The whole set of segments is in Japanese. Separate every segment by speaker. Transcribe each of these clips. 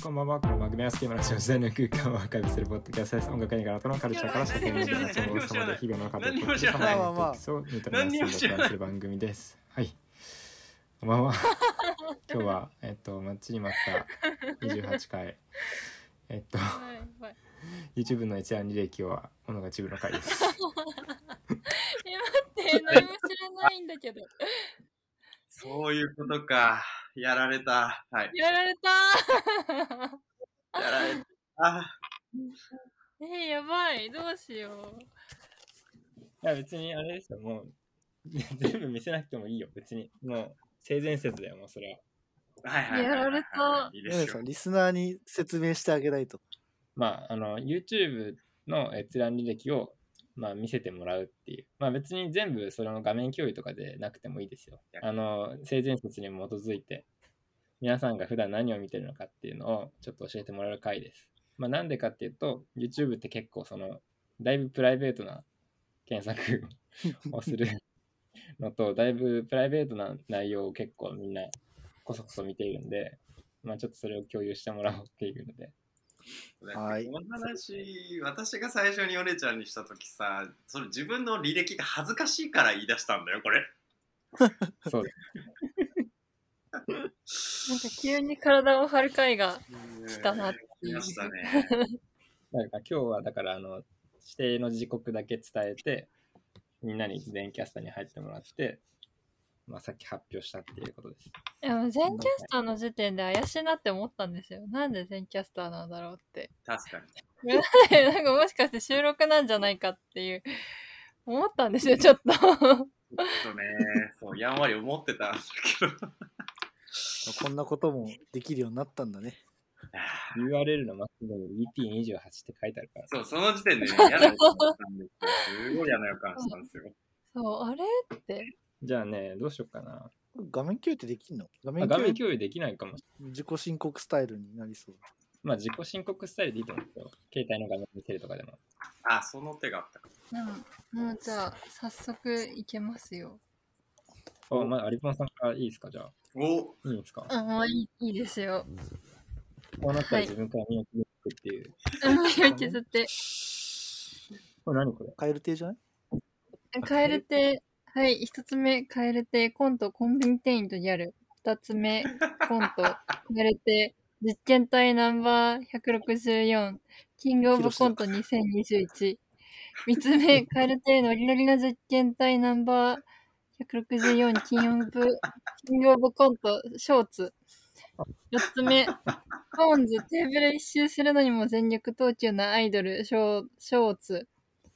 Speaker 1: こんばんは。この番組は好きな話を時代の空間をアーカイブするポッドキャストです。音楽映画などのカルチャーから社会の技術を王様で日々の中で
Speaker 2: 何に
Speaker 1: ポ
Speaker 2: も
Speaker 1: ッ
Speaker 2: 知
Speaker 1: ド
Speaker 2: ら
Speaker 1: 様
Speaker 2: ない
Speaker 1: のトピックスをニュートラルな視点でお伝えする番組です。はい。こんばんは。今日は、えっと、待ちに待った28回。えっと、
Speaker 3: はいはい
Speaker 1: YouTube の閲覧履歴は、小野が自分の回です。
Speaker 3: え待って何も知らないんだ けど
Speaker 2: そういうことか。やられた。はい。
Speaker 3: やられたー
Speaker 2: やられた。あ
Speaker 3: えー、やばいどうしよう
Speaker 1: いや、別にあれですよ、もう、全部見せなくてもいいよ、別に。もう、性善説だよ、もうそれは。
Speaker 2: はいはいはいはい。
Speaker 3: やられた
Speaker 2: いい
Speaker 4: い
Speaker 2: で
Speaker 4: やですすか
Speaker 2: よ。
Speaker 4: リスナーに説明してあげないと。
Speaker 1: まあ、あの、YouTube の閲覧履歴を、まあ、見せてもらうっていう。まあ、別に全部、それの画面共有とかでなくてもいいですよ。あの、性善説に基づいて、皆さんが普段何を見てるのかっていうのを、ちょっと教えてもらえる回です。まあ、なんでかっていうと、YouTube って結構、その、だいぶプライベートな検索をするのと、だいぶプライベートな内容を結構みんな、こそこそ見ているんで、まあ、ちょっとそれを共有してもらおうっていうので。
Speaker 4: はい
Speaker 2: この話、私が最初にヨネちゃんにしたときさ、それ自分の履歴が恥ずかしいから言い出したんだよ、これ。
Speaker 1: そうです。
Speaker 3: なんか急に体を張る回が
Speaker 2: 来
Speaker 3: たなっていう
Speaker 2: ましたね。
Speaker 1: なんか今日はだからあの指定の時刻だけ伝えてみんなに全キャスターに入ってもらって、まあ、さっき発表したっていうことです。
Speaker 3: でも全キャスターの時点で怪しいなって思ったんですよなんで全キャスターなんだろうって
Speaker 2: 確かに。
Speaker 3: でなんかもしかして収録なんじゃないかっていう思ったんですよちょっと
Speaker 2: そうね、そう、やんわり思ってたんだけど。
Speaker 4: こんなこともできるようになったんだね。
Speaker 1: URL のマックで EP28 って書いてあるから。
Speaker 2: そう、その 時点でね、嫌な予感したんですよ。すごい嫌な予感したんですよ。
Speaker 3: そうあれって
Speaker 1: じゃあね、どうしようかな。
Speaker 4: 画面共有ってできんの画
Speaker 1: まあ
Speaker 4: 面
Speaker 1: 画
Speaker 4: 共有
Speaker 1: 面共有できないかもしれない。
Speaker 4: 自己申告スタイルになりそう。
Speaker 1: まあ自己申告スタイルでいいと思うんですよ。携帯の画面見せるとかでも。
Speaker 2: あ、その手があったか。
Speaker 3: うんもうじゃあ早速いけますよ
Speaker 1: おまあ、アリポンさんからいいですかじゃあ。
Speaker 2: お
Speaker 1: いいんですか
Speaker 3: あもういいいいです よ
Speaker 1: こうなったら自分から見を削ってっていう。
Speaker 3: 身を削って
Speaker 1: これ何これ
Speaker 4: カエル亭じゃない
Speaker 3: カエル亭、はい、一つ目、カエル亭、コント、コンビニ店員とギャル。二つ目、コント、カエル亭、 実験体ナンバー164、キングオブコント2021。三つ目、カエル亭、ノリノリの実験体ナンバー164、キングオブ、キングオブコント、ショーツ。四つ目、ポンズ、テーブル一周するのにも全力投球なアイドル、ショーショーツ。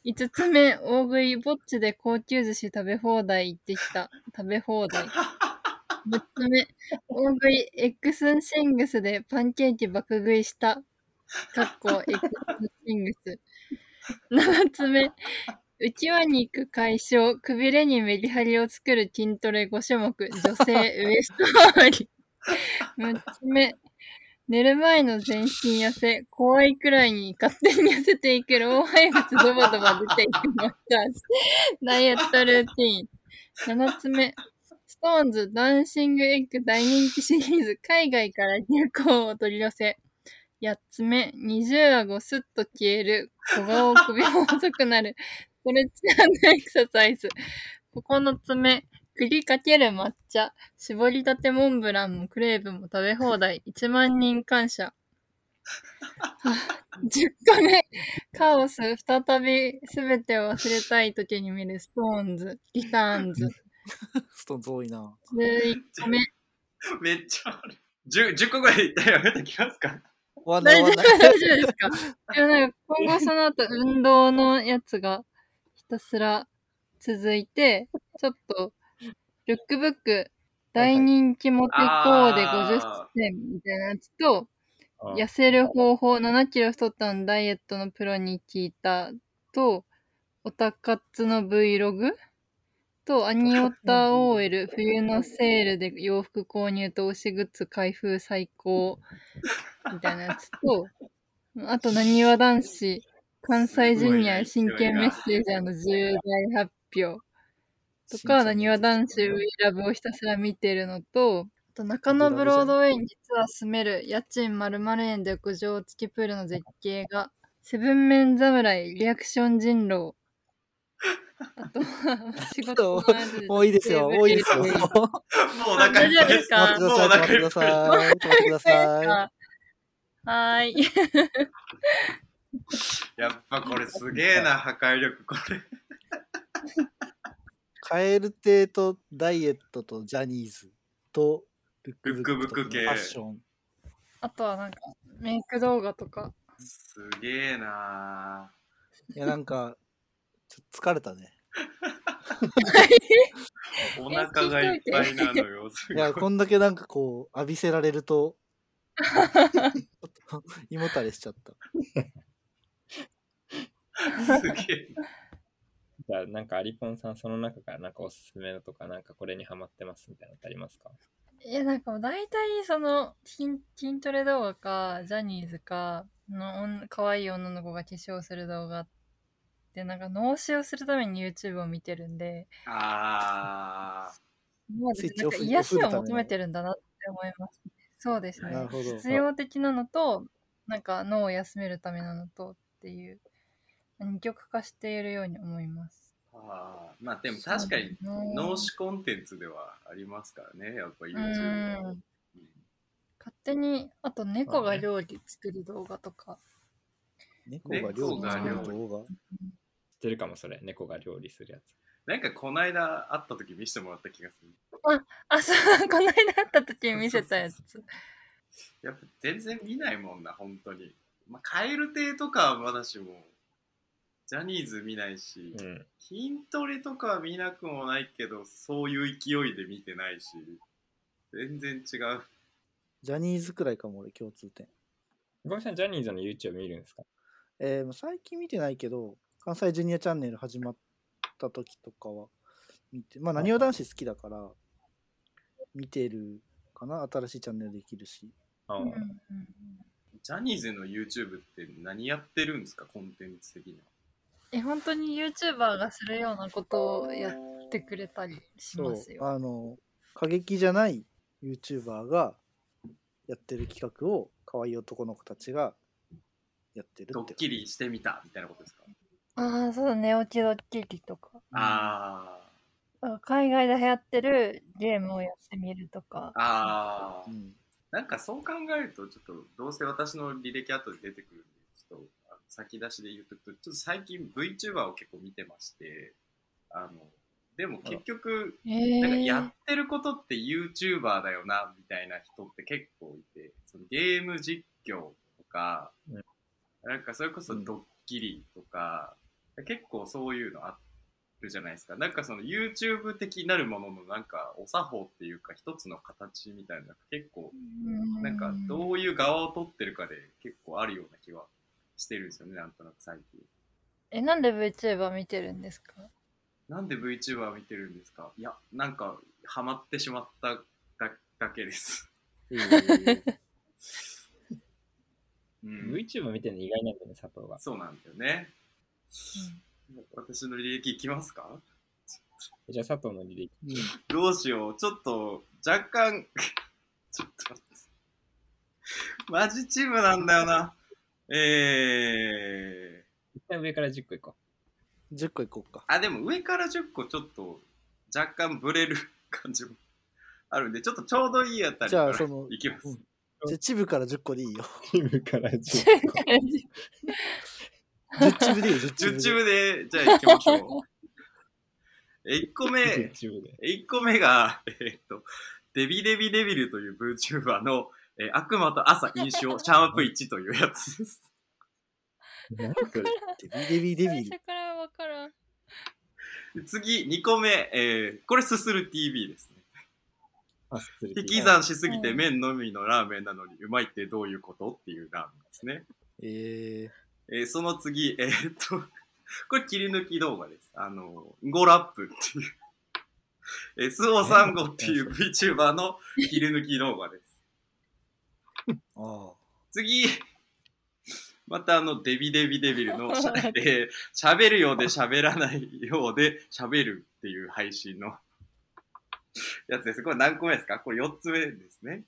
Speaker 3: 5つ目、大食い、ぼっちで高級寿司食べ放題行ってきた。食べ放題。6つ目、大食い、エックスンシングスでパンケーキ爆食いした。かっこ、エックスンシングス。7つ目、浮き輪に行く解消、くびれにメリハリを作る筋トレ5種目、女性、ウエスト周り。6つ目、寝る前の全身痩せ、怖いくらいに勝手に痩せていく老廃物ドバドバ出ていくマッサージ、 ダイエットルーティーン。7つ目、ストーンズダンシングエッグ大人気シリーズ、海外から流行を取り寄せ。8つ目、二重顎スッと消える、小顔首も細くなる、ストレッチエクササイズ。9つ目、栗かける抹茶、絞りたてモンブランもクレープも食べ放題1万人感謝 10個目カオス再び全てを忘れたい時に見るストーンズリターンズ
Speaker 4: ストーンズ多いな。
Speaker 3: 11個目
Speaker 2: めっちゃある。10, 10個ぐらい言ったよ。やめときますか。
Speaker 4: 終わんない
Speaker 3: 大
Speaker 4: 終
Speaker 3: 丈
Speaker 4: わ
Speaker 3: 夫
Speaker 4: んな
Speaker 3: 大
Speaker 4: い。
Speaker 3: 丈夫ですかいやなんか今後その後運動のやつがひたすら続いてちょっとルックブック大人気モテコーデ50点みたいなやつと、
Speaker 1: あ
Speaker 3: 痩せる方法7キロ太ったのダイエットのプロに聞いたとオタ活の Vlog とアニオタ OL 冬のセールで洋服購入と推しグッズ開封最高みたいなやつとあとなにわ男子関西ジュニア真剣メッセージャーの重大発表とか、なにわ男子ウィラブをひたすら見てるのと、と中野ブロードウェイに実は住める家賃丸々円で屋上付きプールの絶景がセブンメン侍リアクション人狼あとは仕事のある
Speaker 4: 多いですよ、多いですよ。
Speaker 3: テーブル
Speaker 4: 待
Speaker 2: もうお腹いっぱいです
Speaker 3: 大丈夫ですか
Speaker 4: ってください、待ってください。待ってくださ い。
Speaker 3: はーい。
Speaker 2: やっぱこれすげえな破壊力これ
Speaker 4: カエル亭とダイエットとジャニーズとルックブ
Speaker 2: ルッ
Speaker 4: ッ
Speaker 2: クブッ
Speaker 4: ク
Speaker 2: ク
Speaker 4: と
Speaker 2: 系
Speaker 4: ファッション。
Speaker 3: あとはなんかメイク動画とか。
Speaker 2: すげえない
Speaker 4: や、なんか、ちょっと疲れたね。
Speaker 2: お腹がいっぱいなのよす
Speaker 4: い
Speaker 2: ご
Speaker 4: や、こんだけなんかこう、浴びせられる と、ちょっと胃もたれしちゃった。
Speaker 2: いすげえ
Speaker 1: じゃあ、なんかアリポンさん、その中からなんかおすすめのとか、なんかこれにハマってますみたいなのってありますか
Speaker 3: いや、なんかもう大体その筋筋トレ動画か、ジャニーズか、の女可愛い女の子が化粧する動画で、なんか脳死をするために YouTube を見てるんで、
Speaker 2: あー
Speaker 3: もう
Speaker 4: スイッチ
Speaker 3: なん
Speaker 4: オ
Speaker 3: か
Speaker 4: フ
Speaker 3: 癒し
Speaker 4: オフ
Speaker 3: を
Speaker 4: のための
Speaker 3: 求めてるんだなって思います、ね。そうです
Speaker 4: なる
Speaker 3: ね。
Speaker 4: ほど。
Speaker 3: 必要的なのと、なんか脳を休めるためなのとっていう、二極化しているように思います。
Speaker 2: あーまあでも確かに脳死コンテンツではありますからねやっぱ
Speaker 3: う
Speaker 2: YouTube
Speaker 3: ん。勝手に、あと猫が料理作る動画とか。
Speaker 4: 猫が料理作る動
Speaker 1: 知ってるかも、それ。猫が料理するやつ。
Speaker 2: なんかこないだ会った時見せてもらった気がする
Speaker 3: あ、そう、 この間会った時に見せたやつ。
Speaker 2: やっぱ全然見ないもんな本当にまあカエル亭とかはまだしもジャニーズ見ないし、
Speaker 1: うん。
Speaker 2: 筋トレとかは見なくもないけどそういう勢いで見てないし全然違う
Speaker 4: ジャニーズくらいかも、俺、共通点。
Speaker 1: ごめんさん、ジャニーズの YouTube 見るんですか
Speaker 4: えーもう最近見てないけど、関西ジュニアチャンネル始まった時とかは見て、まあ、なにわ男子好きだから、見てるかな、新しいチャンネルできるし。
Speaker 1: あー、
Speaker 2: ジャニーズの YouTube って何やってるんですかコンテンツ的には
Speaker 3: え、本当に YouTuber がするようなことをやってくれたりし
Speaker 4: そ
Speaker 3: ま
Speaker 4: う
Speaker 3: す、よ。
Speaker 4: あの、過激じゃない YouTuber がやってる企画を、可愛い男の子たちがやってるって
Speaker 2: ドッキリしてみたみたいなことですか、
Speaker 3: ああ、そうだ、寝落ちドッキリとか。あ
Speaker 2: あ
Speaker 3: 海外で流行ってるゲームをやってみるとか
Speaker 2: あ。ああ
Speaker 4: うん
Speaker 2: なんかそう考えるとちょっとどうせ私の履歴後で出てくるんでちょっとあの先出しで言うとくとちょっと最近 VTuber を結構見てましてあのでも結局
Speaker 3: え
Speaker 2: なんかや
Speaker 3: ー
Speaker 2: っ、てることって YouTuber だよなみたいな人って結構いてそのゲーム実況とか、
Speaker 1: う
Speaker 2: なんかそれこそドッキリとか、結構そういうのあるじゃないですかなんかその YouTube 的なるもののなんかお作法っていうか一つの形みたいな結構なんか
Speaker 3: う
Speaker 2: どういう側を取ってるかで結構あるような気はしてるんですよねなんとなく最近。
Speaker 3: え、なんで VTuber 見てるんですか
Speaker 2: なんで VTuber 見てるんですかいや、なんか、ハマってしまっただだけです。
Speaker 4: えー
Speaker 2: うん、
Speaker 1: VTuber 見てるの意外なんだよね、佐藤が。
Speaker 2: そうなんだよね。私の履歴いきますか
Speaker 1: じゃあ、佐藤の履歴。
Speaker 4: うん
Speaker 2: どうしよう。ちょっと、若干、 ちょっと待って。マジチームなんだよな。えー、
Speaker 1: 一旦上から10個いこ
Speaker 4: 10個いこうか。
Speaker 2: あ、でも上から10個ちょっと、若干ブレる感じもあるんで、ちょっとちょうどいいあたり
Speaker 4: じゃ
Speaker 2: か
Speaker 4: あ、
Speaker 2: ら
Speaker 4: その、
Speaker 2: いきます。
Speaker 4: じゃあ、チブから10個でいいよ。
Speaker 1: う。上から10
Speaker 4: 10チブでいいよ、10チブ
Speaker 2: 10
Speaker 4: で。
Speaker 2: チームで、じゃあ行きましょう。1個
Speaker 1: 個。
Speaker 2: 目、
Speaker 1: YouTube で。
Speaker 2: 1個目が、えーっと、デビデビデビルという VTuber の、えー悪魔と朝飲酒をシャープ1というやつです。
Speaker 1: 何それ
Speaker 4: デビデビデ
Speaker 3: 最初
Speaker 4: ビ
Speaker 3: からわからん。
Speaker 2: で次、2個目、えーこれすする TV ですね。
Speaker 1: あする
Speaker 2: 引き算しすぎて麺のみのラーメンなのにうまいってどういうことっていうラーメンですね。
Speaker 4: え
Speaker 2: えーその次、えーっと、 これ切り抜き動画です。あの、ゴラップっていう。えー、スオサンゴっていう VTuber の切り抜き動画です。
Speaker 4: ー、ああ。
Speaker 2: 次、またあの、デビデビデビルの、しゃえー、喋るようで喋らないようで喋るっていう配信の やつです。これ何個目ですかこれ4つ目ですね。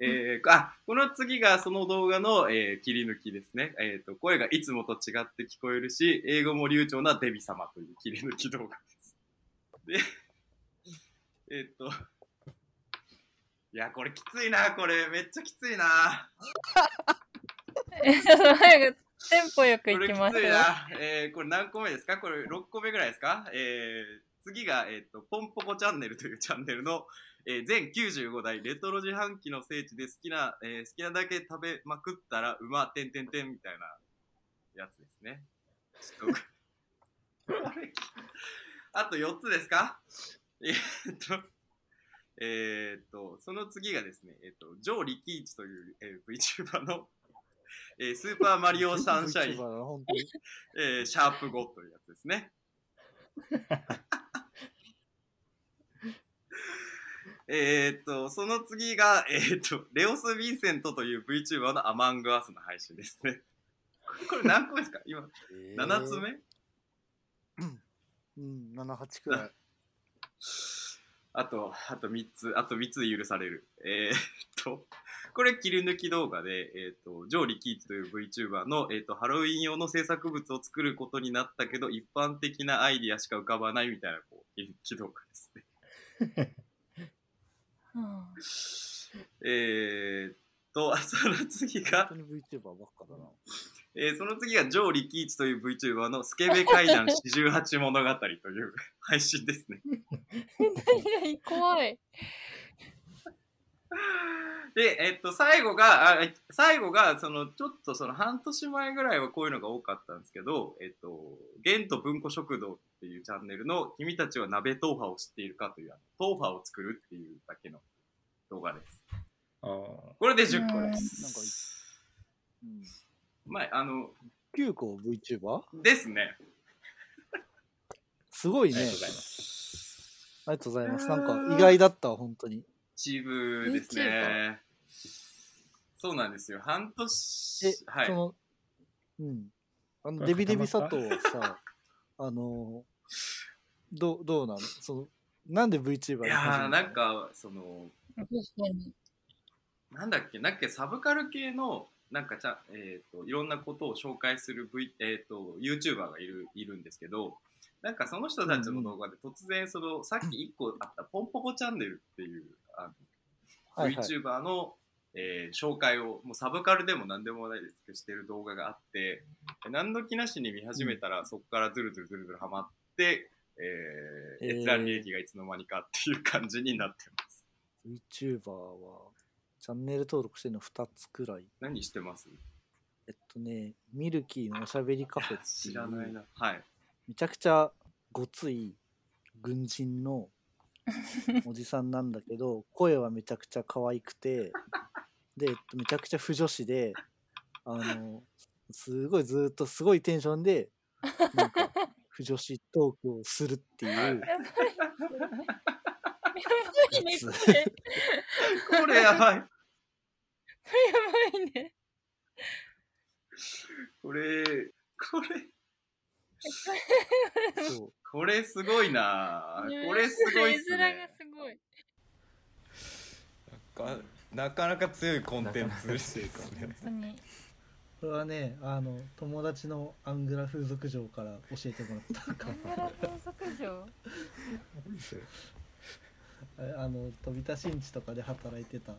Speaker 2: えー、あこの次がその動画の、えー切り抜きですね、えーと。声がいつもと違って聞こえるし、英語も流暢なデビ様という切り抜き動画です。で、えっ、と、いや、これきついな、これ、めっちゃきついな。
Speaker 3: えちょっと早くテンポよく
Speaker 2: こ
Speaker 3: い
Speaker 2: れ
Speaker 3: き
Speaker 2: き
Speaker 3: ましょ。
Speaker 2: ついうな。えーこれ何個目ですかこれ6個目ぐらいですかえー次が、えっ、と、ポンポコチャンネルというチャンネルの、えー全95台レトロ自販機の聖地で好きな、えー好きなだけ食べまくったらうま、てんてんてんみたいなやつですね。ちょっとこれ あと4つですかえーっと、えーっと、その次がですね、えーっと、ジョー・リキーチという、えー VTuber の、えースーパーマリオサンシャイン
Speaker 4: VTuber だな本当に
Speaker 2: えーシャープ5というやつですね。えーっと、その次が、えーっと、レオス・ヴィンセントという VTuber のアマングアスの配信ですね。これこれ何個ですか今、7つ目
Speaker 4: うん、7、8くらい。
Speaker 2: あと、あと3つ、あと3つで許される。えーっと、これ切り抜き動画で、えーっと、ジョーリキーチという VTuber の、えーっと、ハロウィン用の制作物を作ることになったけど、一般的なアイディアしか浮かばないみたいな、こう、切り抜き動画ですね。
Speaker 3: うん
Speaker 2: えーっと、その次が、
Speaker 4: 本当に VTuber ばっかだな。
Speaker 2: えーその次がジョーリキーチという VTuber のスケベ怪談四十八物語という 配信ですね。
Speaker 3: 何怖い。
Speaker 2: で、えっと、最後が、あえ最後が、その、ちょっとその半年前ぐらいはこういうのが多かったんですけど、えっと、玄と文庫食堂っていうチャンネルの、君たちは鍋豆腐を知っているかという、あの豆腐を作るっていうだけの動画です。
Speaker 5: あー
Speaker 2: これで10個で
Speaker 4: うんなんかいい
Speaker 2: す。
Speaker 4: うん、
Speaker 2: まあ、あの、
Speaker 4: 9個 VTuber?
Speaker 2: ですね。
Speaker 4: すごい
Speaker 5: あり
Speaker 4: ね。
Speaker 5: が
Speaker 4: あ
Speaker 5: とうございます。
Speaker 4: りがとうございます。なんか意外だったわ、本当に。
Speaker 2: チーブですね。そうなんですよ。半年
Speaker 4: え、、
Speaker 2: はい
Speaker 4: そ。の、うん。あ
Speaker 5: う
Speaker 4: の、
Speaker 5: ん
Speaker 4: デビデビ
Speaker 5: 固
Speaker 4: 佐
Speaker 5: まった
Speaker 4: 藤は さ、あの、どう、どうなのその、なんで VTuber
Speaker 2: い
Speaker 4: に始め
Speaker 2: や
Speaker 4: た
Speaker 2: ー
Speaker 4: の
Speaker 2: なん、かその
Speaker 3: 確 かに。
Speaker 2: なんだっけなんかサブカル系のなんかちゃ、えー、といろんなことを紹介する、v えー、と YouTuber がいるいるんですけどなんかその人たちの動画で突然そのさっき1個あった「ポンポコチャンネル」っていうあの
Speaker 4: はいはい
Speaker 2: VTuber の、えー紹介をもうサブカルでも何でもないですけどしてる動画があって何の気なしに見始めたらそこからズルズルズルズルハマって、えー
Speaker 4: へー
Speaker 2: 閲覧利益がいつの間にかっていう感じになってます。
Speaker 4: VTuber は、チャンネル登録してるの2つくらい。
Speaker 2: 何してます
Speaker 4: えっとね、ミルキーのおしゃべりカフェっていう。
Speaker 2: 知らないな。はい。
Speaker 4: めちゃくちゃごつい軍人 のおじさんなんだけど声はめちゃくちゃ可愛くてでえっとめちゃくちゃ不女子であのすごいずーっとすごいテンションでなんか不女子トークをするっ ていう
Speaker 3: やばい。やばいね、これ。
Speaker 2: これや
Speaker 3: これやばい
Speaker 2: ばい。
Speaker 3: ね。
Speaker 2: これ、これ、
Speaker 4: そう
Speaker 2: これすごいな
Speaker 3: ね。
Speaker 2: これすごいっす
Speaker 3: 絵面が
Speaker 2: ね。
Speaker 3: すごい。
Speaker 2: なかなか強いコンテンツですね。
Speaker 3: 本当に。
Speaker 4: これはねあの友達のアングラ風俗嬢から教えてもらった
Speaker 3: アングラ風俗嬢。
Speaker 4: あの飛び出しんちとかで働いてた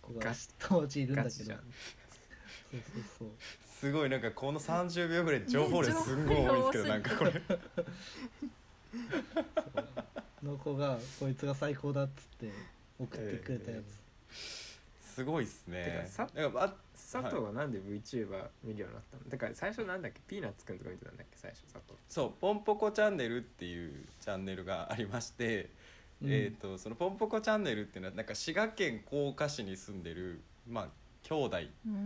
Speaker 4: 子
Speaker 6: ガ
Speaker 4: チ友達いる
Speaker 6: んだけどガチじゃん
Speaker 4: そうそう
Speaker 6: すごいなんかこの30秒ぐらい情報量すんご い多いんですけどなんかこれ
Speaker 4: そうの子がこいつが最高だっつって送ってくれたやつ、
Speaker 6: すごいっす
Speaker 1: て
Speaker 6: ね
Speaker 1: かさ
Speaker 6: なんかあ
Speaker 1: 佐藤はなんで VTuber 見るようになったの、だから最初なんだっけピーナッツくんとか見てたんだっけ最初佐藤
Speaker 6: そう「ポンポコチャンネル」っていうチャンネルがありまして、
Speaker 4: うん
Speaker 6: えっ、とその「ポンポコチャンネル」っていうのはなんか滋賀県甲賀市に住んでるまあ兄弟
Speaker 3: うん
Speaker 1: う。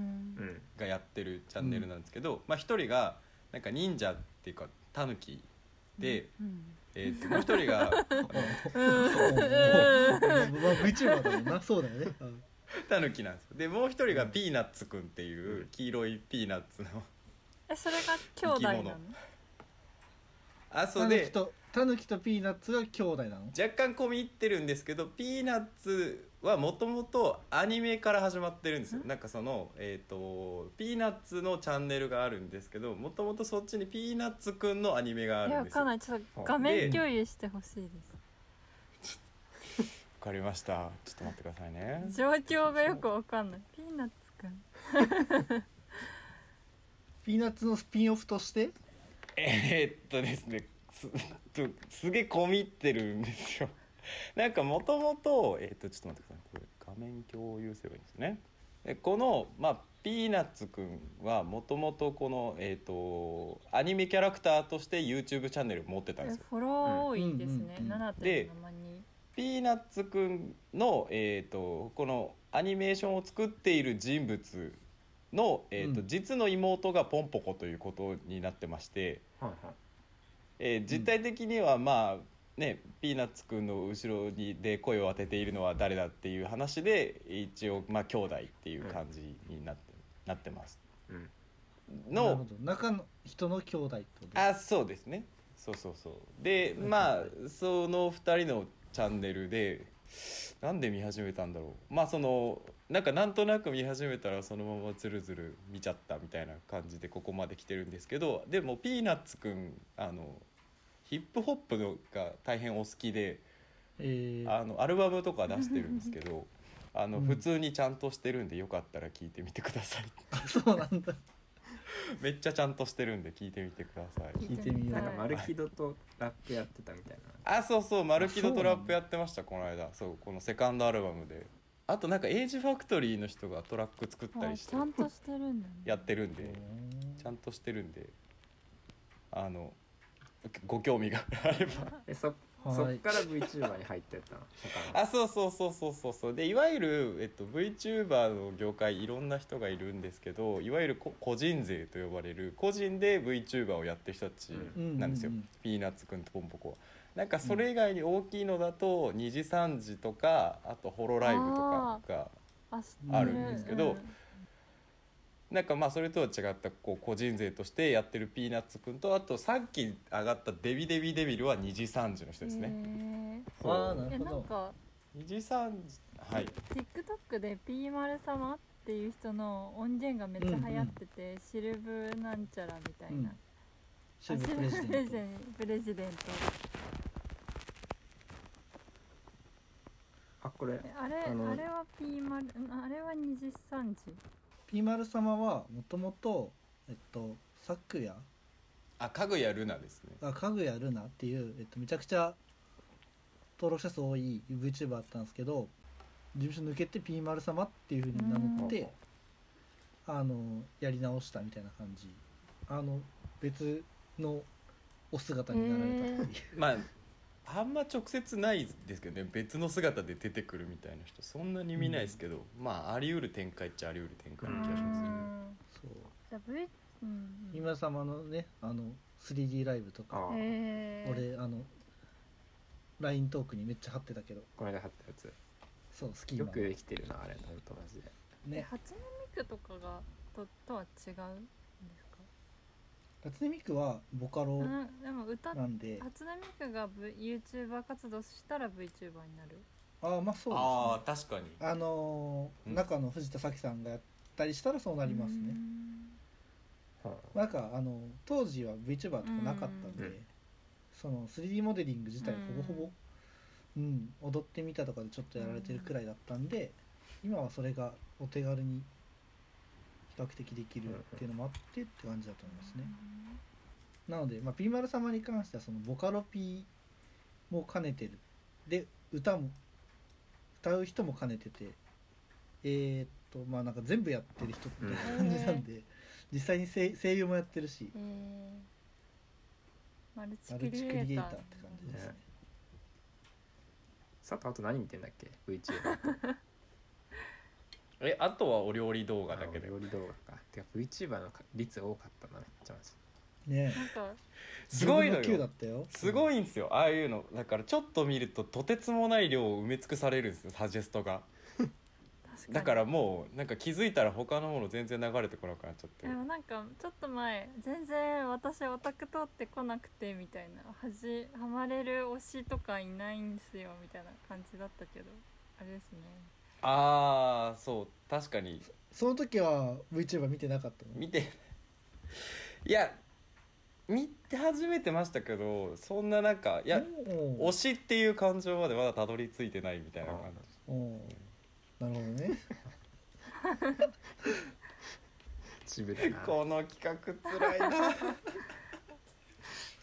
Speaker 1: ん
Speaker 6: がやってるチャンネルなんですけど、まあ一人がなんか忍者っていうかタヌキで、
Speaker 3: うん。
Speaker 6: えーともう一人があの
Speaker 4: そうもうまあ VTuber だもんな そうだよね、うん
Speaker 6: タヌキなんですよでもう一人がピーナッツくんっていう黄色いピーナッツの
Speaker 3: え、それが兄弟な
Speaker 6: 生
Speaker 3: の
Speaker 6: き。物あそう
Speaker 4: タヌ
Speaker 6: で
Speaker 4: キとタヌキとピーナッツが兄弟なの
Speaker 2: 若干込み入ってるんですけどピーナッツはもともとアニメから始まってるんですよなんかそのえっ、とピーナッツのチャンネルがあるんですけどもともとそっちにピーナッツくんのアニメがあ
Speaker 3: いや、わ
Speaker 2: るんです
Speaker 3: かん
Speaker 2: よわ
Speaker 3: ない。ちょっと画面共有してほしい
Speaker 2: かりましたちょっと待ってくださいね
Speaker 3: です。状況がよくわかんない。ピーナッツくん。
Speaker 4: ピーナッツのスピンオフとして
Speaker 2: えーっとですねすとすげえ込み入ってるんですよなんかもともとえーっとちょっと待ってくださいこれ画面共有すればいいんですねでこのまあピーナッツくんはもともとこのえーっとアニメキャラクターとして YouTube チャンネル持ってたんですよ
Speaker 3: フォロー多いですね。
Speaker 4: うんうんうん
Speaker 3: 7.7万人。
Speaker 2: ピーナッツくんの、えー、とこのアニメーションを作っている人物の、えーと
Speaker 4: うん
Speaker 2: 実の妹がポンポコということになってまして、
Speaker 1: はいはい
Speaker 2: えー実態的にはまあねピーナッツくんの後ろにで声を当てているのは誰だっていう話で一応まあ兄弟っていう感じになって,、なってます。
Speaker 1: うん
Speaker 2: の
Speaker 4: なるほど中の人の兄弟ってこと
Speaker 2: あそうですねそうそうそうでまあその2人のチャンネルでなんで見始めたんだろうまあそのなんかなんとなく見始めたらそのままズルズル見ちゃったみたいな感じでここまで来てるんですけどでもピーナッツくんあのヒップホップのが大変お好きで
Speaker 4: えー、
Speaker 2: あのアルバムとか出してるんですけ どあの
Speaker 4: うん
Speaker 2: 普通にちゃんとしてるんでよかったら聞いてみてください
Speaker 4: そうな んだ
Speaker 2: めっちゃちゃんとしてるんで聞いてみてください
Speaker 4: 聞いてみよ
Speaker 1: な
Speaker 4: う
Speaker 1: んか
Speaker 3: は
Speaker 1: マルキドとラップやってたみたいな
Speaker 2: あそうそうマルキド
Speaker 4: あそう
Speaker 2: と
Speaker 4: なんだ
Speaker 2: ラップやってましたこの間そうこのセカンドアルバムであとなんかエイジファクトリーの人がトラック作った
Speaker 3: あ
Speaker 2: りし
Speaker 3: ち
Speaker 2: て
Speaker 3: ゃんとしてるんだね。
Speaker 2: やってるんでちゃんとしてるんであのご興味があれば
Speaker 1: えそ
Speaker 4: はい
Speaker 1: そっから VTuber に入ってったの他の
Speaker 2: あそうそうそうそうそうそうでいわゆる、えっと、VTuber の業界いろんな人がいるんですけどいわゆるこ個人勢と呼ばれる個人で VTuber をやってる人たちなんですよ、
Speaker 4: う
Speaker 2: ピーナッツくんとポンポコはなんかそれ以外に大きいのだと2時3時とかあとホロライブとかが
Speaker 3: あ知って
Speaker 2: あるんですけど
Speaker 3: うん
Speaker 2: なんかまあそれとは違ったこう個人勢としてやってるピーナッツくんとあとさっき上がったデビデビデビルは2時3時の人ですね。
Speaker 4: へーあーなる
Speaker 3: え
Speaker 4: ほ
Speaker 3: なん
Speaker 4: ど
Speaker 3: か
Speaker 2: 2時3時はい
Speaker 3: TikTok で P マル様っていう人の音源がめっちゃ流行ってて、シルブなんちゃらみたいな、
Speaker 4: シェ
Speaker 3: あ
Speaker 4: ブプレ
Speaker 3: プレ
Speaker 4: ジデン
Speaker 3: ジ
Speaker 4: ト
Speaker 3: デンプレジデント
Speaker 1: あこれ
Speaker 3: えあれ
Speaker 1: あの
Speaker 3: あれは P マルんあれは二次三次
Speaker 4: ピーマル様はもともとえっと昨夜
Speaker 2: あかぐやるなですね
Speaker 4: あかぐやるなっていう、えっと、めちゃくちゃ登録者数多い VTuber だったんですけど事務所抜けてピーマル様っていうふうに名乗ってあのやり直したみたいな感じあの別のお姿になられたっていう、
Speaker 2: まああんま直接ないですけどね別の姿で出てくるみたいな人そんなに見ないですけど、まああり得る展開っちゃあり得る展開な気がしますね。
Speaker 3: うん
Speaker 4: そう
Speaker 3: じゃあ V うん
Speaker 4: ピーマル様のねあの 3D ライブと
Speaker 1: あ
Speaker 4: か
Speaker 1: あ、
Speaker 3: えー、
Speaker 4: 俺あの LINE トークにめっちゃ貼ってたけど
Speaker 1: この間貼ったやつ
Speaker 4: そうスキー
Speaker 1: よ
Speaker 4: マ
Speaker 1: くできてるなあれ本当マジで
Speaker 3: え
Speaker 4: ね
Speaker 3: 初音ミクとかがととは違うんですか
Speaker 4: 初音ミクはボカロ
Speaker 3: うんでも歌っ
Speaker 4: なんで
Speaker 3: 初音ミクが、v、YouTuber 活動したら VTuber になる
Speaker 4: ああまあそうですね
Speaker 2: ああ確かに
Speaker 4: あのー
Speaker 2: うん
Speaker 4: 中の藤田咲さんがやったりしたらそうなりますね
Speaker 3: う。ん
Speaker 1: は
Speaker 4: なんかあの当時は VTuber とかなかったんで、
Speaker 1: うん
Speaker 4: その 3D モデリング自体
Speaker 3: う
Speaker 4: ほ
Speaker 3: ん
Speaker 4: ぼほぼ、うん、踊ってみたとかでちょっとやられてるくらいだったんで、今はそれがお手軽に比較的できるっていうのもあってって感じだと思いますね。なので、まあ、ピーマル様に関してはそのボカロ P も兼ねてるで歌も歌う人も兼ねててえーっとまあなんか全部やってる人っていう感じなんで、実際に声声優もやってるし
Speaker 3: えー、マルチ
Speaker 4: マ
Speaker 3: ク
Speaker 4: ル
Speaker 3: リ
Speaker 4: チク
Speaker 3: エ
Speaker 4: リエ
Speaker 3: イ
Speaker 4: イ
Speaker 3: タ
Speaker 4: タ
Speaker 3: ー
Speaker 4: ーって感じですね
Speaker 1: ね佐藤あと何見てんだっけ VTuber
Speaker 2: えあとはお料理動
Speaker 1: とか
Speaker 2: 画だけで
Speaker 1: 料理動画かてか VTuber の率多かったなめっちゃマジ
Speaker 4: ね
Speaker 3: なんか
Speaker 2: すごいのよ
Speaker 4: 9だったよ
Speaker 2: すご
Speaker 4: い
Speaker 2: いんですよああいうのだからちょっと見るととてつもない量を埋め尽くされるんですよサジェストが
Speaker 3: に
Speaker 2: だからもうなんか気づいたら他のもの全然流れてこなくなっちゃって
Speaker 3: でもなんかちょっと前全然私オタク通ってこなくてみたいなはじはまれる推しとかいないんですよみたいな感じだったけどあれですね
Speaker 2: ああそう確かに
Speaker 4: その時は VTuber 見てなかったの
Speaker 2: 見ていや見て始めてましたけどそんななんかいや
Speaker 4: お
Speaker 2: 推しっていう感情までまだたどり着いてないみたいな感じ
Speaker 4: おおなるほどね
Speaker 1: チブだな
Speaker 2: この企画つらいな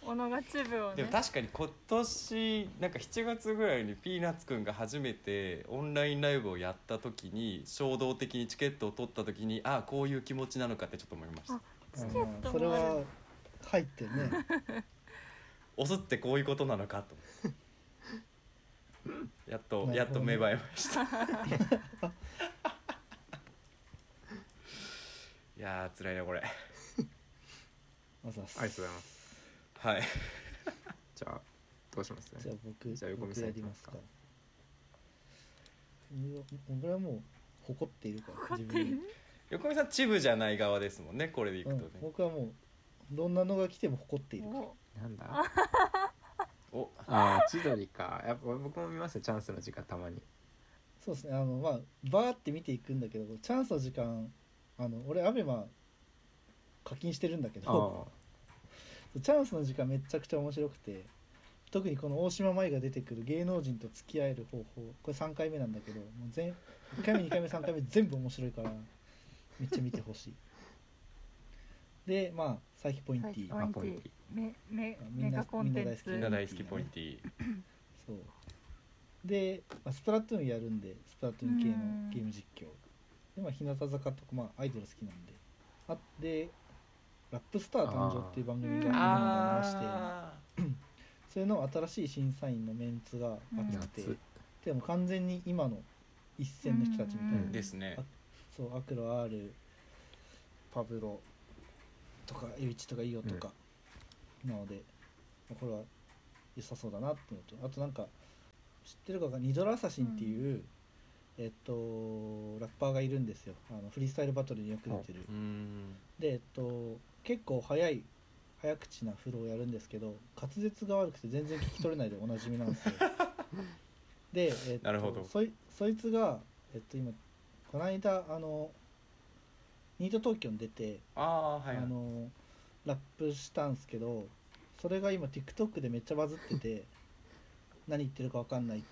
Speaker 3: 小野がチブを
Speaker 2: で
Speaker 3: ね
Speaker 2: も確かに今年なんか7月ぐらいにピーナッツくんが初めてオンラインライブをやった時に衝動的にチケットを取った時にああこういう気持ちなのかってちょっと思いました
Speaker 3: あチケッ
Speaker 4: うん
Speaker 3: ト
Speaker 4: それ
Speaker 3: もある
Speaker 4: は入ってね
Speaker 2: 押すってこういうことなのかと 思ってやっと、
Speaker 4: なるほどね
Speaker 2: やっと芽生えました いやー辛いなこれ
Speaker 4: あざっす
Speaker 1: ありがとうございます
Speaker 2: はい
Speaker 1: じゃあどうします
Speaker 4: じゃあ僕
Speaker 1: じゃあ横見
Speaker 4: 僕
Speaker 1: さん
Speaker 4: や
Speaker 1: いき
Speaker 4: り
Speaker 1: ま
Speaker 4: ますす
Speaker 1: か
Speaker 4: かうわ俺はもう誇っているから
Speaker 3: 怒っている
Speaker 4: に
Speaker 2: 横見さんチブじゃない側ですもんねこれでいく
Speaker 4: う
Speaker 2: とね
Speaker 4: ん、僕はもうどんなのが来ても誇っているから
Speaker 3: お
Speaker 1: なんだ
Speaker 2: お
Speaker 1: あー千鳥かやっぱ僕も見ますよチャンスの時間たまに
Speaker 4: そうですねあのまあバーって見ていくんだけどチャンスの時間あの俺アベマ課金してるんだけ
Speaker 1: あ
Speaker 4: ど
Speaker 1: ー
Speaker 4: チャンスの時間めちゃくちゃ面白くて特にこの大島麻衣が出てくる芸能人と付き合える方法これ3回目なんだけどもう全1回目2回目3回目全部面白いからめっちゃ見てほしいでまあ佐伯ポインティ、
Speaker 3: はい
Speaker 1: あポインティ
Speaker 3: めめ
Speaker 4: あみんな
Speaker 3: メガコンテン
Speaker 4: み
Speaker 2: みん
Speaker 4: ん
Speaker 2: な
Speaker 3: ツ
Speaker 2: 大好きポインティ
Speaker 4: そうで、まあ、スプラトゥーンやるんでスプラトゥーン系の
Speaker 3: うん
Speaker 4: ゲーム実況でまあ日向坂とか、まあ、アイドル好きなんであで「ラップスター誕生」っていう番組が日本にありまして
Speaker 2: あ
Speaker 4: それの新しい審査員のメンツが熱くて、
Speaker 1: 夏
Speaker 4: でも完全に今の一線の人たちみたいな、
Speaker 1: うん
Speaker 2: ーですね
Speaker 4: そうアクロ R パブロとかエビチとかイオとか、なのでこれは良さそうだなっていうのとあとなんか知ってるかがニドラアサシンっていう、えっとラッパーがいるんですよあのフリースタイルバトルによく出てる、
Speaker 2: うーん
Speaker 4: でえっと結構早い早口なフローをやるんですけど滑舌が悪くて全然聞き取れないでおなじみなんで すよで、えっと、
Speaker 2: なるほど
Speaker 4: そいそいつがえっと今この間あのニート東京に出て、
Speaker 2: あーはい
Speaker 4: あのラップしたんですけどそれが今 TikTok でめっちゃバズっ てて何言ってるか分かんない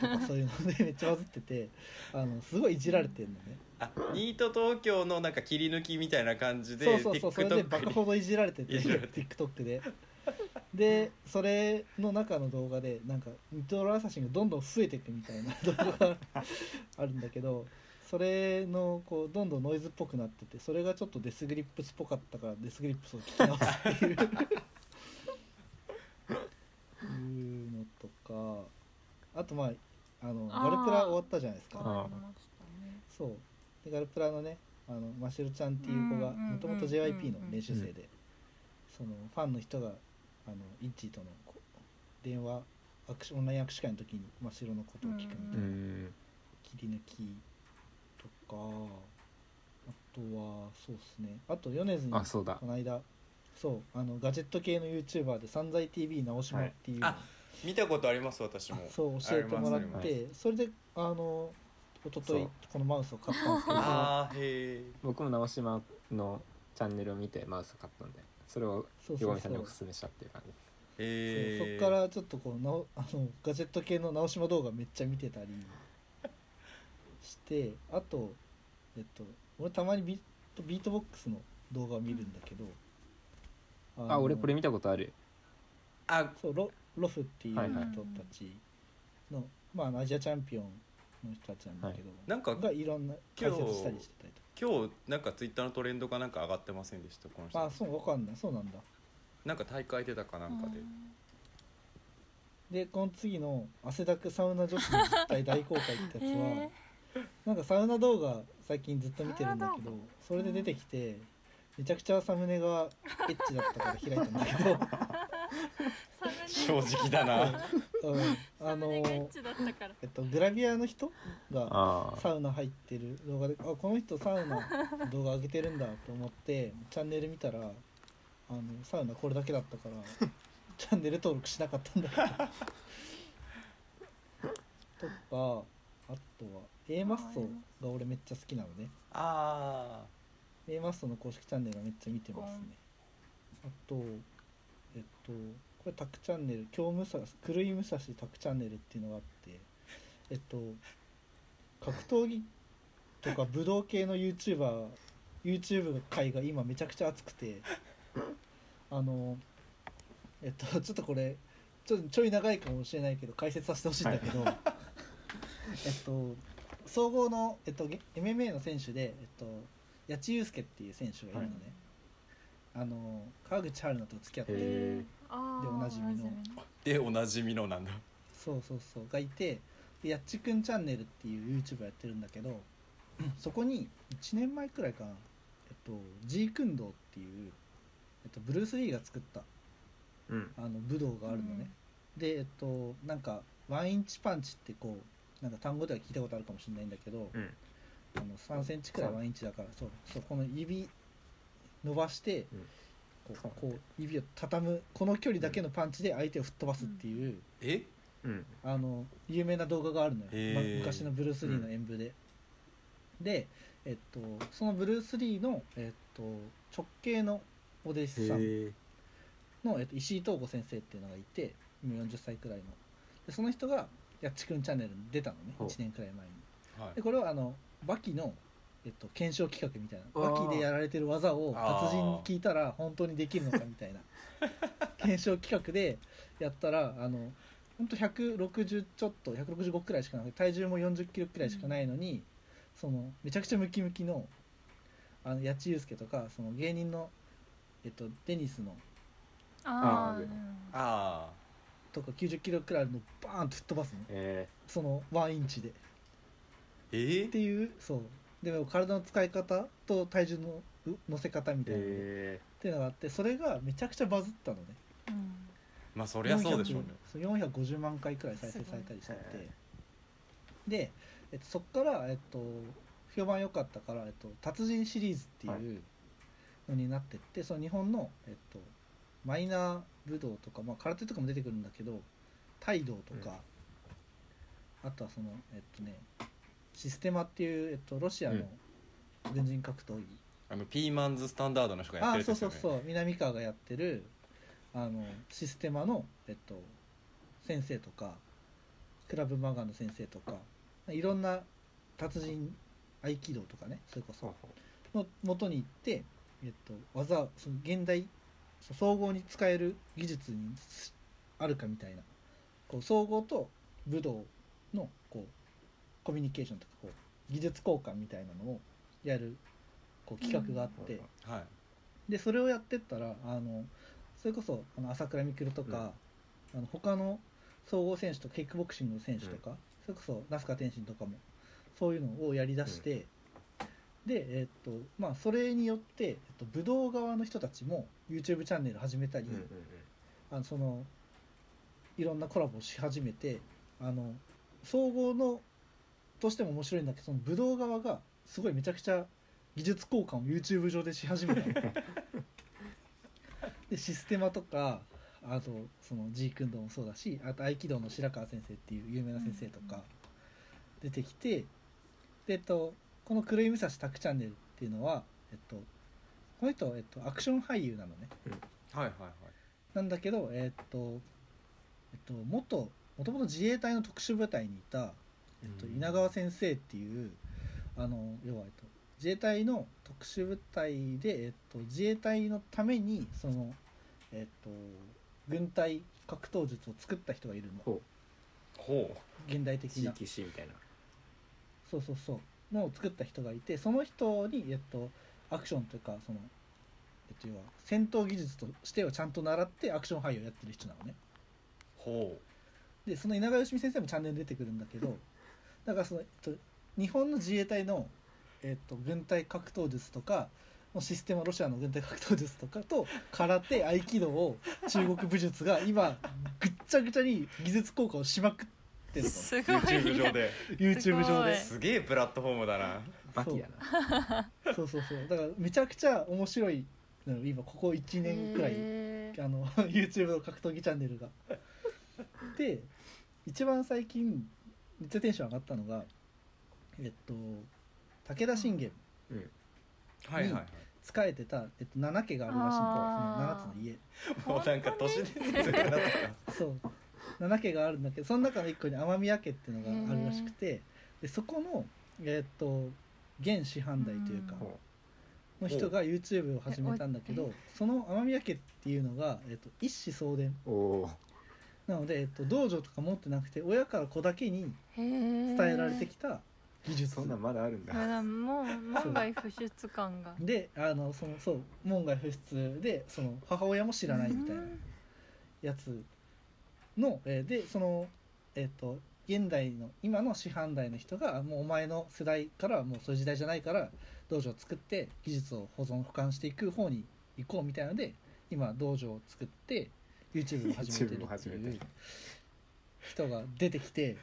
Speaker 4: とかそういうのでめっちゃバズっててあのすごいいじられてるのね
Speaker 2: あニート東京のなんか切り抜きみたいな感じで
Speaker 4: そうそうそうそれでバ
Speaker 2: TikTok
Speaker 4: カ
Speaker 2: に
Speaker 4: ほどいじられてて
Speaker 2: いじられ
Speaker 4: TikTok ででそれの中の動画でなんかニトロアサシンがどんどん増えていくみた いな動画があるんだけどそれのこうどんどんノイズっぽくなっててそれがちょっとデスグリップスっぽかったからデスグリップスを聞き直す っていういうのとかあとまああの
Speaker 3: あー
Speaker 4: ガルプラ終わったじゃないですか
Speaker 3: 変わりましたね
Speaker 4: そうでガルプラのねあのマシルちゃんっていう子が
Speaker 3: うんうんうんうん
Speaker 4: もともと JYP の練習生でそのファンの人があのイッチーとのこう電話握手オンライン握手会の時にマシルのことを聞くみ
Speaker 1: う
Speaker 4: たいな
Speaker 1: ー
Speaker 4: 切り抜きとかあとはそうですねあと米津に
Speaker 1: んあそうだ
Speaker 4: この間そうあのガジェット系の YouTuber で「散財 TV 直しも」っていうのを、
Speaker 2: はいあ見たことあります私も
Speaker 4: そう教えてもらっ
Speaker 2: ありますあり
Speaker 4: てそれであの一昨
Speaker 1: そ
Speaker 4: 日
Speaker 1: う
Speaker 4: このマウスを買ったんですけど
Speaker 2: あーへえ
Speaker 1: 僕も直島のチャンネルを見てマウス買ったんでそれを
Speaker 4: そうそ
Speaker 1: 横
Speaker 4: う
Speaker 1: 見さん
Speaker 4: そ
Speaker 1: に
Speaker 4: う
Speaker 1: おすすめしたっていう感じです
Speaker 4: そう
Speaker 2: え
Speaker 4: そっからちょっとこうなおあのガジェット系の直島動画めっちゃ見てたりしてあとえっと俺たまにビートビートボックスの動画を見るんだけど、の
Speaker 1: あ俺これ見たことある
Speaker 2: あ
Speaker 4: そうロロフっていう人
Speaker 1: は
Speaker 4: た
Speaker 1: いはい
Speaker 4: ちの、まああのアジアチャンピオンの人たちなんだけど、
Speaker 2: なんか
Speaker 4: がいろんな解説したりしてたりと
Speaker 2: 今日なんかツイッターのトレンドかなんか上がってませんでしたこの人、
Speaker 4: かあそうわかんないそうなんだ
Speaker 2: なんか大会出たかなんかで、
Speaker 4: でこの次の汗だくサウナ女子の実態大公開ってやつは、
Speaker 3: へ
Speaker 4: なんかサウナ動画最近ずっと見てるんだけ
Speaker 3: サウナ
Speaker 4: ど
Speaker 3: 動
Speaker 4: それで出てきて めちゃくちゃサムネがエッチだったから開いたんだけど
Speaker 3: サム
Speaker 2: 正直だ な。
Speaker 4: うん、あの
Speaker 3: それが
Speaker 4: ー
Speaker 3: 一致だったから。
Speaker 4: えっと、グラビアの人が
Speaker 2: あ
Speaker 4: サウナ入ってる動画であこの人サウナ動画上げてるんだと思ってチャンネル見たらあのサウナこれだけだったからチャンネル登録しなかったんだけどとかあとは A マッソが俺めっちゃ好きなのね
Speaker 2: あ
Speaker 4: A マッソの公式チャンネルはめっちゃ見てますねあとえっとこれタクチャンネル京武蔵狂い武蔵タクチャンネルっていうのがあってえっと格闘技とか武道系の YouTuberYouTube 界が今めちゃくちゃ熱くてあのえっとちょっとこれちょちょい長いかもしれないけど解説させてほしいんだけど、えっと総合の、えっと、げ MMA の選手で、えっと、八千祐介っていう選手がいるのね、あの川口春奈と付き合ってる
Speaker 1: へ
Speaker 3: あー
Speaker 4: でおなじみの
Speaker 3: お
Speaker 2: ーでおなじみのなんだ。
Speaker 4: そうそうそうがいてでやっちくんチャンネルっていう YouTuber やってるんだけど そこに1年前くらいかなえっと G 君堂っていう、えっと、ブルース・リーが作った
Speaker 1: うん。
Speaker 4: あの武道があるのね、でえっとなんかワンインチパンチってこうなんか単語では聞いたことあるかもしれないんだけど、
Speaker 1: うん
Speaker 4: あの3センチくらいワンインチだからそうそうこの指伸ばして、
Speaker 1: うん
Speaker 4: こうこう指を畳むこの距離だけのパンチで相手を吹っ飛ばすっていう、
Speaker 2: え？
Speaker 1: うん。
Speaker 4: あの有名な動画があるのよ、
Speaker 2: へ
Speaker 4: ま
Speaker 2: ー
Speaker 4: 昔のブルース・リーの演舞で、で、えっと、そのブルース・リーの、えっと、直系のお弟子さん
Speaker 1: え。
Speaker 4: の、えっと、石井東吾先生っていうのがいて今40歳くらいのでその人が「やっちくんチャンネル」に出たのね
Speaker 1: ほう
Speaker 4: 1年くらい前に
Speaker 2: はい
Speaker 4: で。これはあのバキの、えっと、検証企画みたいな
Speaker 1: あ
Speaker 4: バ
Speaker 1: ー
Speaker 4: キでやられてる技を達人に聞いたら本当にできるのかみ たいな検証企画でやったらあの本当160ちょっと165くらいしかなくて体重も40キロくらいしかないのに、そのめちゃくちゃムキムキのあの八千祐介とかその芸人の、えっと、デニスの
Speaker 3: あ
Speaker 1: あー
Speaker 3: ー
Speaker 2: あ
Speaker 4: とか90キロくらいあるのをバーンと吹っ飛ばすの
Speaker 1: え
Speaker 4: そのワンインチでっ
Speaker 2: ーえ
Speaker 4: ていうそうでも体の使い方と体重のう乗せ方み
Speaker 1: ー。
Speaker 4: たいなので
Speaker 1: え
Speaker 4: っていうのがあってそれがめちゃくちゃバズったのね
Speaker 3: うん
Speaker 2: まあそりゃそうでしょうね。
Speaker 4: 400そう450万回くらい再生されたりしててで、えっと、そっから、えっと、評判良かったから、えっと、達人シリーズって
Speaker 1: はい
Speaker 4: いうのになってって、その日本の、えっと、マイナー武道とか、まあ、空手とかも出てくるんだけど態道とか、あとはそのえっとねシステマっていう、えっと、ロシアの軍人格闘技、
Speaker 2: あのピーマンズスタンダードの人がやって
Speaker 4: あ
Speaker 2: る
Speaker 4: あ
Speaker 2: やつ
Speaker 4: そう
Speaker 2: です
Speaker 4: そ
Speaker 2: よ
Speaker 4: う
Speaker 2: ね。
Speaker 4: そう南川がやってるあのシステマの、えっと、先生とかクラブマガの先生とかいろんな達人合気道とかねそれこその元に行って、えっと、技をその現代その総合に使える技術にすあるかみたいなこう総合と武道のこうコミュニケーションとかこう技術交換みたいなのをやるこう企画があって、
Speaker 2: はい。
Speaker 4: でそれをやってったらあのそれこそあの朝倉未来とか、あの他の総合選手とかキックボクシングの選手とか、それこそ那須川天心とかもそういうのをやりだして、で、えっとまあ、それによって、えっと、武道側の人たちも YouTube チャンネル始めたり、
Speaker 1: うんうん
Speaker 4: あのそのいろんなコラボをし始めてあの総合のとしても面白いんだけどその武道側がすごいめちゃくちゃ技術交換を YouTube 上でし始めたのでシステマとかあとその G 君道もそうだしあと合気道の白川先生っていう有名な先生とか出てきてで、えっと、この「狂い武蔵拓チャンネル」っていうのは、えっと、この人は、えっと、アクション俳優なのね。
Speaker 2: はいはいはい。
Speaker 4: なんだけど、えーっと、えっと、元、もともと自衛隊の特殊部隊にいた、えっと、稲川先生っていう、あの、要は、えっと、自衛隊の特殊部隊で、えっと、自衛隊のために、その、えっと、軍隊格闘術を作った人がいるの。
Speaker 1: ほ
Speaker 2: ほ
Speaker 4: 現代
Speaker 1: う。
Speaker 4: 的
Speaker 1: 地
Speaker 4: な。
Speaker 1: 域史みたいな。
Speaker 4: そうそうそうのを作った人がいてその人に、えっと、アクションというかその、えっと、要は戦闘技術としてをちゃんと習ってアクション俳優をやってる人なのね
Speaker 2: うほ
Speaker 4: でその稲川よしみ先生もチャンネルに出てくるんだけどだからその、えっと、日本の自衛隊の、えっと、軍隊格闘術とかのシステムはロシアの軍隊格闘術とかと空手合気道を中国武術が今ぐっちゃぐちゃに技術効果をしまくってる と
Speaker 3: すごいな
Speaker 2: YouTube 上で
Speaker 4: YouTube 上です
Speaker 2: げえプラットフォームだな
Speaker 1: バキだな。
Speaker 4: そうそうそうだからめちゃくちゃ面白いのよ今ここ1年くらい、
Speaker 3: へー
Speaker 4: あの YouTube の格闘技チャンネルが。で一番最近めっちゃテンション上がったのがえっと武田信玄
Speaker 2: はいはいはい
Speaker 4: 仕えてた、えっと、7家があるらしいん
Speaker 3: あー
Speaker 4: だその7つの家
Speaker 2: もうなんか都市伝説になってます
Speaker 4: そう7家があるんだけどその中の1個に天宮家っていうのがあるらしくてでそこのえっと現師範代というか
Speaker 3: うん
Speaker 1: ほ
Speaker 4: の人が YouTube を始めたんだけ
Speaker 3: えお
Speaker 4: どその天宮家っていうのが、えっと、一子相伝
Speaker 1: うおー
Speaker 4: なので、えっと、道場とか持ってなくて親から子だけに
Speaker 3: へー
Speaker 4: 伝えられてきた技術、
Speaker 1: そんなんまだあるんだ。
Speaker 3: あらもう門外不出感が
Speaker 4: であのそのそう門外不出でその母親も知らないみたいなやつの、えーでそのえっ、と現代の今の師範代の人がもうお前の世代からはもうそういう時代じゃないから道場を作って技術を保存保管していく方に行こうみたいので今道場を作って YouTube を始め て
Speaker 1: YouTube
Speaker 4: る
Speaker 1: も
Speaker 4: って
Speaker 1: 始めて
Speaker 4: いう人が出てきて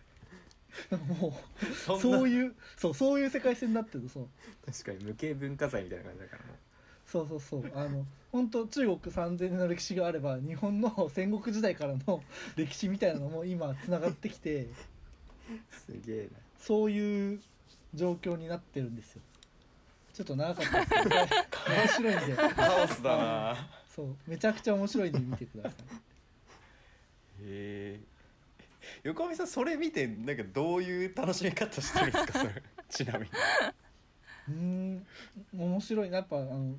Speaker 4: も
Speaker 2: そうそんな
Speaker 4: そういうそうそういう世界線になってるそう
Speaker 1: 確かに無形文化財みたいな感じだからも
Speaker 4: そうそうそうあの本当中国3000年の歴史があれば日本の 戦国時代からの歴史みたいなのも今つながってきて
Speaker 1: う すげえな。
Speaker 4: そういう状況になってるんですよちょっと長かったですけど 面白いんで
Speaker 2: カオスだな
Speaker 4: そうめちゃくちゃ面白いんで見てくださ
Speaker 2: へえ横上さんそれ見てなんかどういう楽しみ方してるんです かそれちなみに
Speaker 4: いうーん面白いなやっぱあの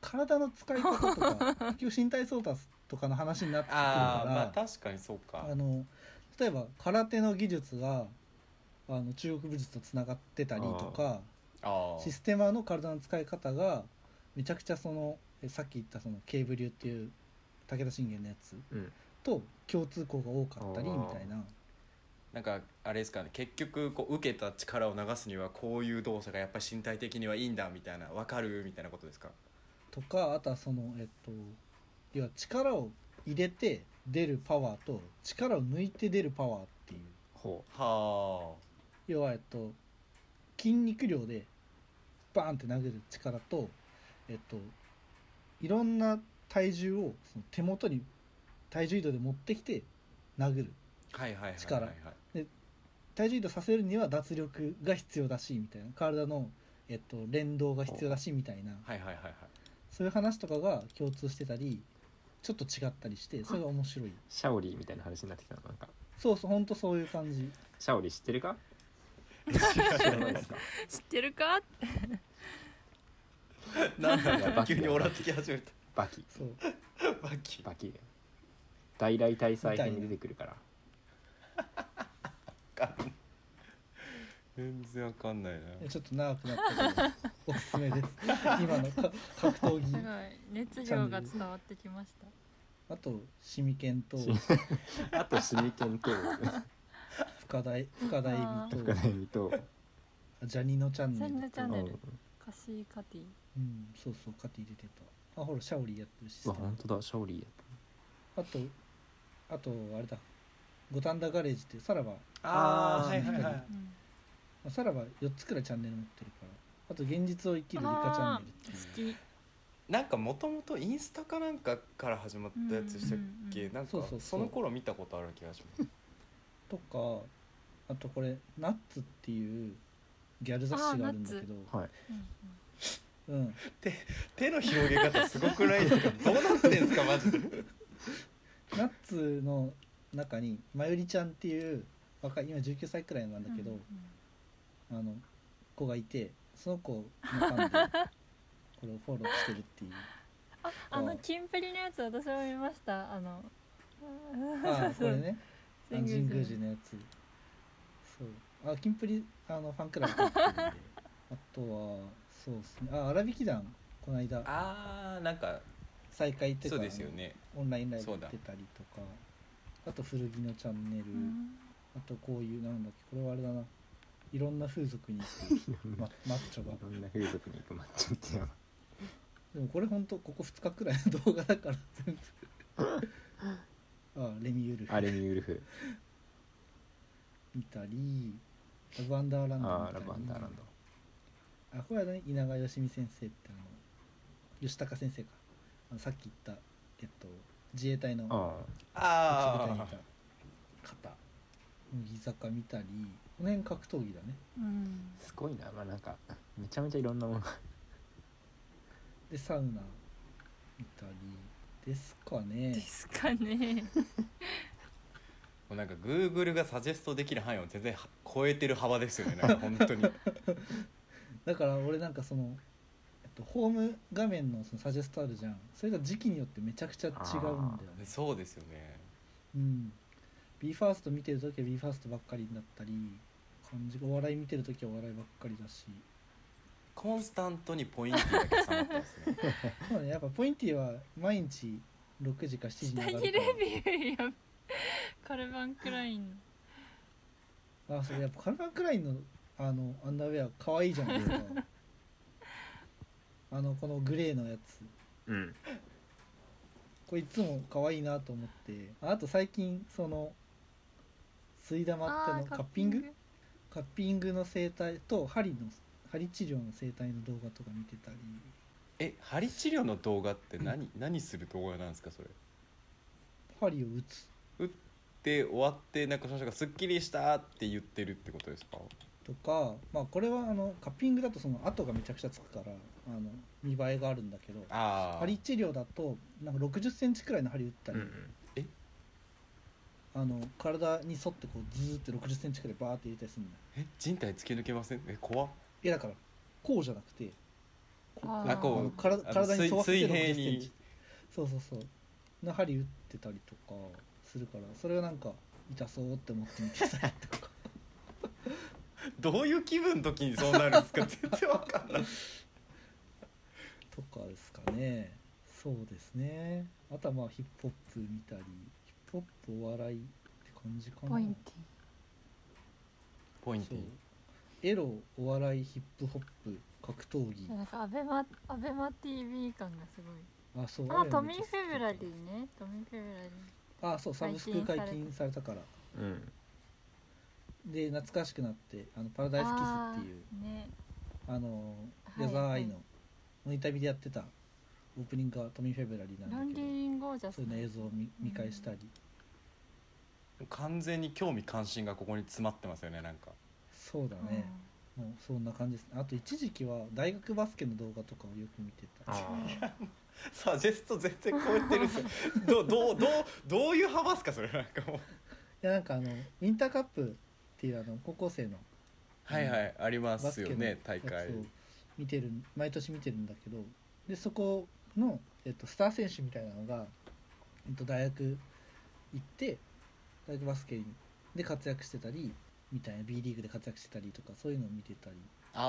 Speaker 4: 体の使い方と か結局身体操作とかの話になってくる
Speaker 2: あ
Speaker 4: か
Speaker 2: あ
Speaker 4: ら
Speaker 2: まあ確かにそうか
Speaker 4: あの例えば空手の技術があの中国武術とつながってたりとか
Speaker 2: あ
Speaker 4: システマの体の使い方がめちゃくちゃそのえさっき言ったそのケーブ流っていう武田信玄のやつ
Speaker 1: うん
Speaker 4: と共通項が多かったり
Speaker 1: あ
Speaker 4: み
Speaker 1: ー
Speaker 4: たいな
Speaker 2: なんかあれですかね結局こう受けた力を流すにはこういう動作がやっぱり身体的にはいいんだみたいな分かるみたいなことですか
Speaker 4: とかあとはそのえっと要は力を入れて出るパワーと力を抜いて出るパワーっていう
Speaker 1: ほ
Speaker 2: は
Speaker 4: 要はえっと筋肉量でバーンって投げる力とえっといろんな体重をその手元に体重移動で持ってきて殴る
Speaker 2: あはいはいはいはい
Speaker 4: 力
Speaker 2: はい
Speaker 4: 体重移動させるには脱力が必要だしみたいな体の、えっと、連動が必要だしみたいな
Speaker 2: はいはいはいはい
Speaker 4: そういう話とかが共通してたりちょっと違ったりしてそれが面白い
Speaker 1: シャオリーみたいな話になってきたのなんか。
Speaker 4: そうそうほんとそういう感じ
Speaker 1: シャオリー知ってるか？知らないですか？
Speaker 3: 知ってるか
Speaker 2: なん
Speaker 1: いや
Speaker 2: だ
Speaker 1: バキ
Speaker 2: 急に笑ってき始めた
Speaker 1: バキ
Speaker 4: そう
Speaker 2: バキ
Speaker 1: バキで。大来大祭編に出てくるから。
Speaker 2: 全然わかんないな
Speaker 4: ちょっと長くなったけどおすすめです今のか格闘
Speaker 3: す
Speaker 4: 技
Speaker 3: ごい熱量が伝わってきました
Speaker 4: あとシミケンと
Speaker 1: シミあとシミケンと
Speaker 4: 深田絵深田
Speaker 3: あ
Speaker 4: エビ
Speaker 1: 深
Speaker 4: と
Speaker 1: 田恵美と。
Speaker 4: ジャニのチャンネ
Speaker 3: 千
Speaker 4: ル
Speaker 3: のチ
Speaker 4: と
Speaker 3: ャンネ
Speaker 1: う
Speaker 3: ル
Speaker 1: ん
Speaker 3: カシーカティ
Speaker 4: うんそうそうカティ出てたあほらシャオリーやってるし
Speaker 1: うわ本当だシャオリーや
Speaker 4: あとあとあれだ五反田ガレージってさらば
Speaker 2: ああはいはいは
Speaker 3: う
Speaker 2: い
Speaker 3: ん
Speaker 4: まあさらば4つくらいチャンネル持ってるからあと現実を生きる理科チャンネルっていう
Speaker 3: 好き
Speaker 2: なんかもともとインスタかなんかから始まったやつでしたっけ、
Speaker 3: うんうんうん
Speaker 2: なんか
Speaker 4: そうそうそう
Speaker 2: その頃見たことある気がします
Speaker 4: とかあとこれ「ナッツ」っていうギャル雑誌があるんだけど、
Speaker 1: はい。
Speaker 3: うん
Speaker 4: うん、
Speaker 2: 手の広げ方すごくないですかどうなってんですかマジで
Speaker 4: ナッツの中にまゆりちゃんっていう若い今19歳くらいなん
Speaker 3: う
Speaker 4: だ
Speaker 3: ん
Speaker 4: けど、
Speaker 3: うん
Speaker 4: あの子がいてその子のファン でこれをフォローしてるっていう
Speaker 3: ああのキンプリのやつ私も見ましたあの
Speaker 4: ああこ れねあ
Speaker 3: 神
Speaker 4: の
Speaker 3: 宮
Speaker 4: 神
Speaker 3: 寺
Speaker 4: 宮寺のやつそうあキンプリあのファンクラブ入って るんであとはそうですねあ荒引き団この間
Speaker 2: ああなんか
Speaker 4: 再開ってい
Speaker 2: そう
Speaker 4: か
Speaker 2: ですよね
Speaker 4: あのオンラインライブ
Speaker 2: そ
Speaker 4: や
Speaker 2: うだ
Speaker 4: ってたりとかあと古着のチャンネル、
Speaker 3: うん
Speaker 4: あとこういうなんだっけこれはあれ だないろんな風俗に行く、ま、マッチョが
Speaker 1: いろんな風俗に行くマッチョっていうのは
Speaker 4: でもこれほんとここ2日くらいの動画だから 全部ああレミウルフ
Speaker 7: アレミウルフ、
Speaker 4: 見たりラブアンダーランド見
Speaker 7: あ
Speaker 4: た
Speaker 7: ー
Speaker 4: り
Speaker 7: ラブアンダーランド。
Speaker 4: あこれはね稲川よしみ先生ってあの吉高先生かあのさっき言った、えっと、自衛隊の
Speaker 7: あ
Speaker 4: 内部隊にい
Speaker 2: あ
Speaker 4: た方乃木坂見たりこの辺格闘技だね
Speaker 3: うん
Speaker 7: あ、すごいな、まあなんか、めちゃめちゃいろんなものが。
Speaker 4: でサウナ見たりですかね
Speaker 3: ですかね。
Speaker 2: あなんか Google がサジェストできる範囲を全然は超えてる幅ですよねなんか本当に
Speaker 4: だから俺なんかその、えっと、ホーム画面のそのサジェストあるじゃんそれが時期によってめちゃくちゃ違うんだよね
Speaker 2: そうですよね
Speaker 4: うん、BE:FIRST 見てる時は BE:FIRST ばっかりだったり感じお笑い見てる時はお笑いばっかりだし、
Speaker 2: コンスタントにポインティだけ収まってますね
Speaker 4: まあね、やっぱポインティは毎日6時か7時に
Speaker 3: 下
Speaker 4: 上が
Speaker 3: 着レ
Speaker 4: るから
Speaker 3: ビューやカルバンクライン
Speaker 4: あそれやっぱカルバンクラインのあのアンダーウェア可愛いじ ゃないですかあのこのグレーのやつ
Speaker 7: うん。
Speaker 4: これいつも可愛いなと思ってああと最近その吸い
Speaker 3: の
Speaker 4: 玉ってあのカッピングカッピングの生態と針の針治療の生態の動画とか見てたり
Speaker 2: え針治療の動画って何何する動画なんですかそれ
Speaker 4: 針を打つ
Speaker 2: で終わってなんかその人が「すっきりした」って言ってるってことですか
Speaker 4: とかまあこれはあのカッピングだとその跡がめちゃくちゃつくからあの見栄えがあるんだけど
Speaker 2: ああ
Speaker 4: 針治療だとなんか6 0ンチくらいの針打った
Speaker 7: うん
Speaker 4: り、
Speaker 7: うん。
Speaker 4: あの体に沿ってこうずーって6 0ンチくらいバーって入れたりするんだよ
Speaker 2: え人体突き抜けませんえ怖っ
Speaker 4: いやだからこうじゃなくて
Speaker 3: あー
Speaker 2: あこ
Speaker 4: あの
Speaker 2: う
Speaker 4: 体
Speaker 2: あの
Speaker 4: 体に沿わせ
Speaker 2: 水水
Speaker 4: て6
Speaker 2: 平
Speaker 4: 0ン
Speaker 2: に
Speaker 4: チそうそうそうの針打ってたりとかするからそれはなんか痛そうって思って見てたりとか
Speaker 2: どういう気分の時にそうなるんです か全然わかんない
Speaker 4: とかですかねそうですねあとはまあヒップホップ見たりヒップホップお笑いって感じかな
Speaker 3: ポインテ
Speaker 2: ポイン
Speaker 4: そ
Speaker 2: テ
Speaker 4: う
Speaker 2: ィ
Speaker 4: エロお笑いヒップホップ格闘技
Speaker 3: ィなんかアベマアベマ TV 感がす
Speaker 4: あそう
Speaker 3: ごいあ
Speaker 4: れ
Speaker 3: ト
Speaker 4: はめ
Speaker 3: ミ
Speaker 4: っ
Speaker 3: ー・
Speaker 4: ちゃ好き
Speaker 3: フェブラリーねトミー・フェブラリー
Speaker 4: あそうサブスク解禁されたから
Speaker 7: うん。
Speaker 4: で懐かしくなってあのパラダイスキスっていう
Speaker 3: あーね
Speaker 4: あの
Speaker 3: はい
Speaker 4: 矢沢愛
Speaker 3: は
Speaker 4: のモニタビでやってたオープニングがトミー・フェブラリーな
Speaker 3: ロ
Speaker 4: ん
Speaker 3: ンリ
Speaker 4: だけど
Speaker 3: ーン・ゴージャス
Speaker 4: そういうの映像を見見返したり
Speaker 2: 完全に興味関心がここに詰まってますよねなんか
Speaker 4: そうだ
Speaker 3: うん
Speaker 4: ねもうそんな感じですねあと一時期は大学バスケの動画とかをよく見てた
Speaker 7: あ
Speaker 2: サジェスト全然超えてるんですよどど うどうどういう幅ですかそれなんかもう
Speaker 4: いやなんかあのウィンターカップっていうあの高校生の
Speaker 2: はいはいありま
Speaker 4: バス
Speaker 2: すよ
Speaker 4: ケのや
Speaker 2: ね
Speaker 4: つ
Speaker 2: 大会
Speaker 4: を見てる毎年見てるんだけどでそこの、えっと、スター選手みたいなのが、えっと、大学行って大学バスケで活躍してたりみたいな B リーグで活躍してたりとかそういうのを見てたり
Speaker 2: あ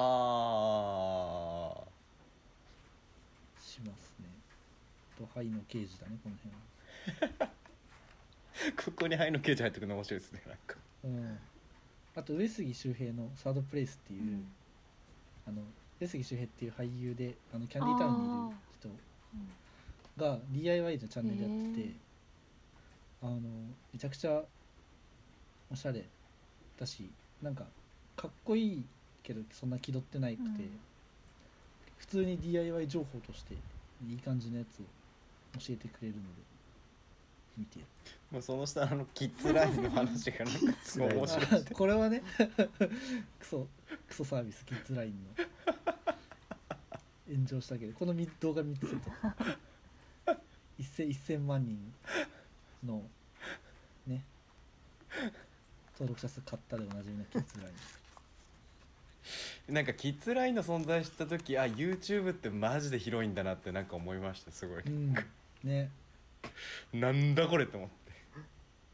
Speaker 2: あ
Speaker 4: しますね。あと灰の刑事だねこの辺は。
Speaker 2: ここに「ハイのケージ」入ってくるの面白いですねなんか
Speaker 4: うん、あと上杉周平のサードプレイスっていう、
Speaker 3: うん
Speaker 4: あの上杉周平っていう俳優であのキャンディータウンにいる人が DIY のチャンネルやってて、
Speaker 3: へえ
Speaker 4: あのめちゃくちゃおしゃれだしなんかかっこいいけどそんな気取ってないくて、
Speaker 3: うん
Speaker 4: 普通に DIY 情報としていい感じのやつを教えてくれるので見てる
Speaker 2: もうその下のあのキッズラインの話がなんかすごい面白い
Speaker 4: あこれはねクソクソサービスキッズラインの炎上したけどこのみ動画3つと 1000, 1000万人のね登録者数買ったでおなじみのキッズライン
Speaker 2: なんかキッズラインの存在した時あ YouTube ってマジで広いんだなってなんか思いましたすごい、
Speaker 4: うんね
Speaker 2: なんだこれって思って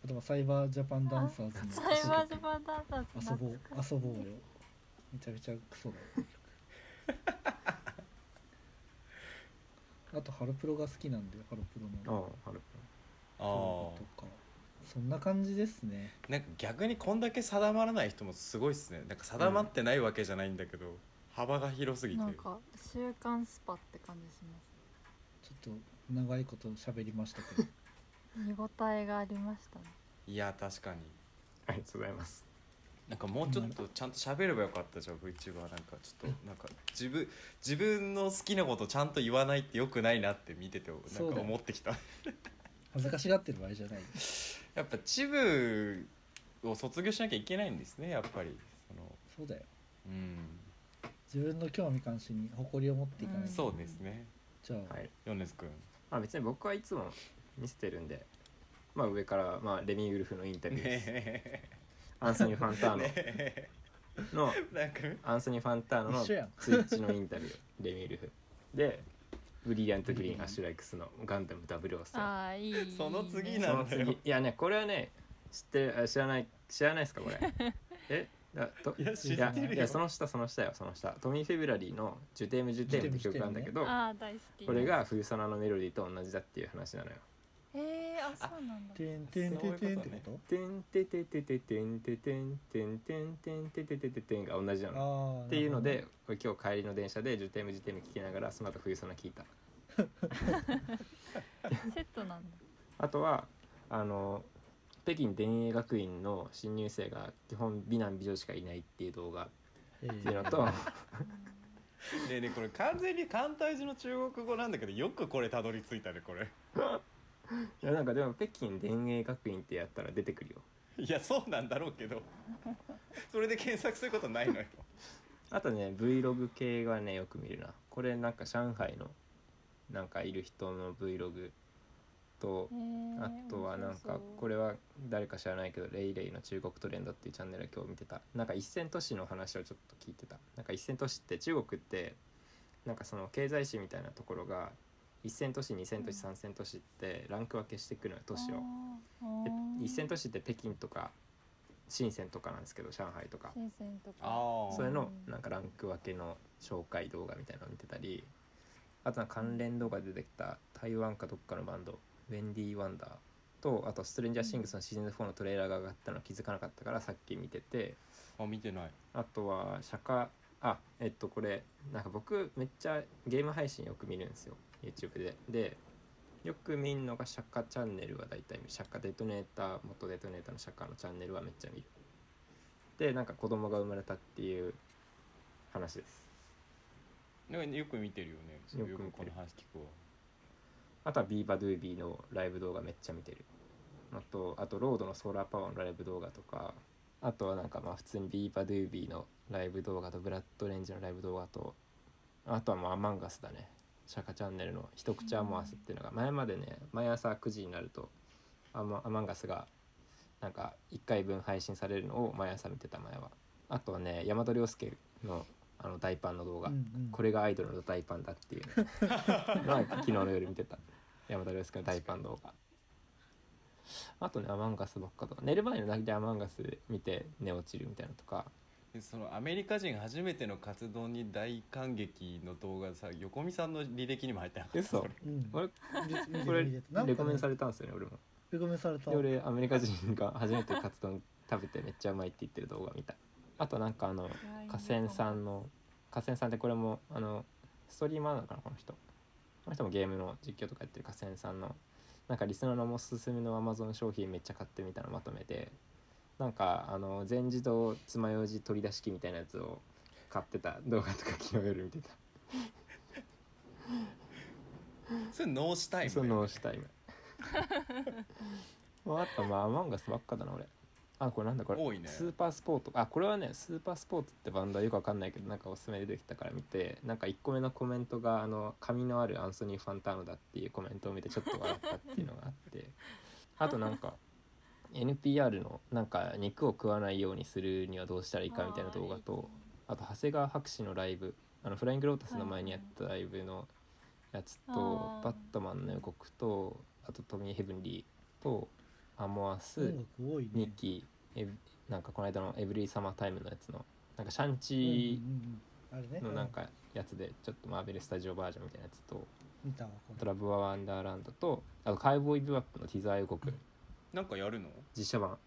Speaker 4: あとはサイバージャパンダンサーズ
Speaker 3: サイバージャ
Speaker 4: の
Speaker 3: パンダンサーズ
Speaker 4: 遊ぼう
Speaker 3: 懐かしい
Speaker 4: 遊ぼうよめちゃめちゃクソだ よあとハロプロが好きなんでハロプロの
Speaker 7: あ、ある。
Speaker 2: あ
Speaker 4: とかそんな感じですね
Speaker 2: あなんか逆にこんだけ定まらない人もすごいっすねなんか定まってないわけじゃないんだけど、幅が広すぎて
Speaker 3: なんか週刊スパって感じします
Speaker 4: ちょっと長いこと喋りまし たけど
Speaker 8: 見応えがありましたね
Speaker 2: いや確かに
Speaker 1: ありがとうございます。
Speaker 2: なんかもうちょっとちゃんと喋ればよかったじゃん VTuber なんかちょっとなんか自分自分の好きなことちゃんと言わないってよくないなって見てて
Speaker 4: そ
Speaker 2: な
Speaker 4: うんだ
Speaker 2: か
Speaker 4: よ
Speaker 2: 思ってきた
Speaker 4: 恥ずかしがってる場合じゃない
Speaker 2: やっぱチブを卒業しなきゃいけないんですねやっぱりその
Speaker 4: そうだよ
Speaker 2: うん
Speaker 4: 自分の興味関心に誇りを持っていかないと、
Speaker 8: ん
Speaker 2: そうですね
Speaker 4: じゃあ、
Speaker 1: はい。
Speaker 2: 米津君
Speaker 1: まあ別に僕はいつも見せてるんで、まあ上から、まあレミウルフのインタビューです。
Speaker 2: ね
Speaker 1: アンソニー・ファンターノ
Speaker 2: え
Speaker 1: の、
Speaker 2: なんか
Speaker 1: アンソニー・ファンターノの
Speaker 4: 一緒やん
Speaker 1: ツイッチのインタビュー、レミウルフ。で、ブリリアント・グリーン・アッシュ・ライクスのガンダム003。
Speaker 8: ああいい
Speaker 2: その次
Speaker 8: いいね
Speaker 2: な
Speaker 1: そ
Speaker 2: ん
Speaker 1: の
Speaker 2: だよ
Speaker 1: 次、いやね、これはね、知ってる、あ知らない、知らないですか、こ れ。えだと
Speaker 2: いや知ってる
Speaker 1: や
Speaker 2: よ
Speaker 1: いやその下その下よその下トミー・フェブラリーの「ジュテーム・ジュテーム」って曲なんだけど、
Speaker 8: ああ大好き
Speaker 1: これが冬ソナのメロディーと同じだっていう話なのよ。
Speaker 8: えー、あそうなんだ
Speaker 4: てんてんてんてんってこと
Speaker 1: てんてててててんててんてんてんてんてててててんが同じなの。
Speaker 4: ああ
Speaker 1: っていうので、俺今日帰りの電車でジュテームジュテーム聞きながらその後冬ソナ聞いた。
Speaker 8: セットなんだ
Speaker 1: あとはあの北京田園学院の新入生が基本美男美女しかいないっていう動画っ
Speaker 4: え
Speaker 1: ていう
Speaker 4: ー
Speaker 1: のと、
Speaker 2: ねえねえこれ完全に簡体字の中国語なんだけどよくこれたどり着いたねこれ
Speaker 1: いやなんかでも北京田園学院ってやったら出てくるよ。
Speaker 2: いやそうなんだろうけどそれで検索することないのよ
Speaker 1: あとね Vlog 系がねよく見るなこれなんか上海のなんかいる人の Vlog と
Speaker 8: えー、
Speaker 1: あとはなんかこ
Speaker 8: れ
Speaker 1: れは誰か知らないけど「レイレイの中国トレンド」っていうチャンネルを今日見てたなんか一線都市の話をちょっと聞いてたなんか一線都市って中国ってなんかその経済史みたいなところが一線都市二線都市三線都市ってランク分けしていくのよ都市をで一線都市って北京とか深センとかなんですけど上海とか
Speaker 8: 新鮮とか
Speaker 2: あ
Speaker 1: それの
Speaker 8: うん
Speaker 1: なんかランク分けの紹介動画みたいなの見てたりあとは関連動画で出てきた台湾かどっかのバンドウェンディー・ワンダーとあと「ストレンジャー・シングス」のシーズン4のトレーラーが上がったの気づかなかったからさっき見てて
Speaker 2: あ見てない
Speaker 1: あとは釈迦あえっとこれなんか僕めっちゃゲーム配信よく見るんですよ YouTube ででよく見るのが釈迦チャンネルは大体見る釈迦デトネーター元デトネーターの釈迦のチャンネルはめっちゃ見るでなんか子供が生まれたっていう話です
Speaker 2: なんかよく見てるよねそうよ
Speaker 1: よく
Speaker 2: く
Speaker 1: 見
Speaker 2: こ
Speaker 1: てる
Speaker 2: の話聞くわ
Speaker 1: あとはビーバドゥービーのライブ動画めっちゃ見てるあとあとロードのソーラーパワーのライブ動画とかあとはなんかまあ普通にビーバドゥービーのライブ動画とブラッドレンジのライブ動画とあとはもうアマンガスだねシャカチャンネルの「一口アモアス」っていうのが前までね毎朝9時になるとアマアマンガスがなんか1回分配信されるのを毎朝見てた前はあとはね山田涼介のあの大パンの動画、
Speaker 4: うんうん
Speaker 1: これがアイドルの大パンだっていうのまあ昨日の夜見てた山田涼介の大パン動画あとねアマンガスばっかとか寝る前のだけでアマンガス見て寝落ちるみたいなのとか
Speaker 2: でそのアメリカ人初めての活動に大感激の動画さ横見さんの履歴にも入ってなかった
Speaker 1: 嘘
Speaker 2: それ
Speaker 4: うん
Speaker 1: 俺
Speaker 4: 見て
Speaker 1: これ
Speaker 4: 見てなんかね
Speaker 1: レコメンされたんですよね俺も
Speaker 4: レコメンされた
Speaker 1: で俺アメリカ人が初めてカツ丼食べてめっちゃうまいって言ってる動画見たあとなんかあの河川さんの河川さんってこれもあのストリーマーなのかなこの人この人もゲームの実況とかやってる河川さんのなんかリスナーのおすすめの Amazon 商品めっちゃ買ってみたのまとめてなんかあの全自動爪楊枝取り出し機みたいなやつを買ってた動画とか昨日夜見てた
Speaker 2: それ脳死タイム
Speaker 1: そのした今もうあとまあアマンガスばっかだな俺あこれなんだこれ
Speaker 2: 多いね
Speaker 1: スーパースポーツあこれはねスーパースポーツってバンドはよくわかんないけどなんかおすすめ出てきたから見てなんか1個目のコメントがあの髪のあるアンソニー・ファンターノだっていうコメントを見てちょっと笑ったっていうのがあってあとなんか NPR のなんか肉を食わないようにするにはどうしたらいいかみたいな動画とあと長谷川博士のライブあのフライングロータスの前にやったライブのやつと、
Speaker 8: はいはいあー
Speaker 1: バットマンの予告とあとトミー・ヘブンリーとアモアス、
Speaker 4: 音楽多い
Speaker 1: ミ
Speaker 4: ね
Speaker 1: キエブなんかこの間の「エブリーサマータイム」のやつのなんかシャン
Speaker 4: うんうん
Speaker 1: チ
Speaker 4: うんうんあれね
Speaker 1: のなんかやつでちょっとマーベル・スタジオバージョンみたいなやつと
Speaker 4: うん見たわ
Speaker 1: 「
Speaker 4: こ
Speaker 1: ト
Speaker 4: れ
Speaker 1: ラブ・ワ・ワンダーランド」とあと「カイボーイ・ビューアップ」のティザー予告
Speaker 2: なんかやるの
Speaker 1: 実写版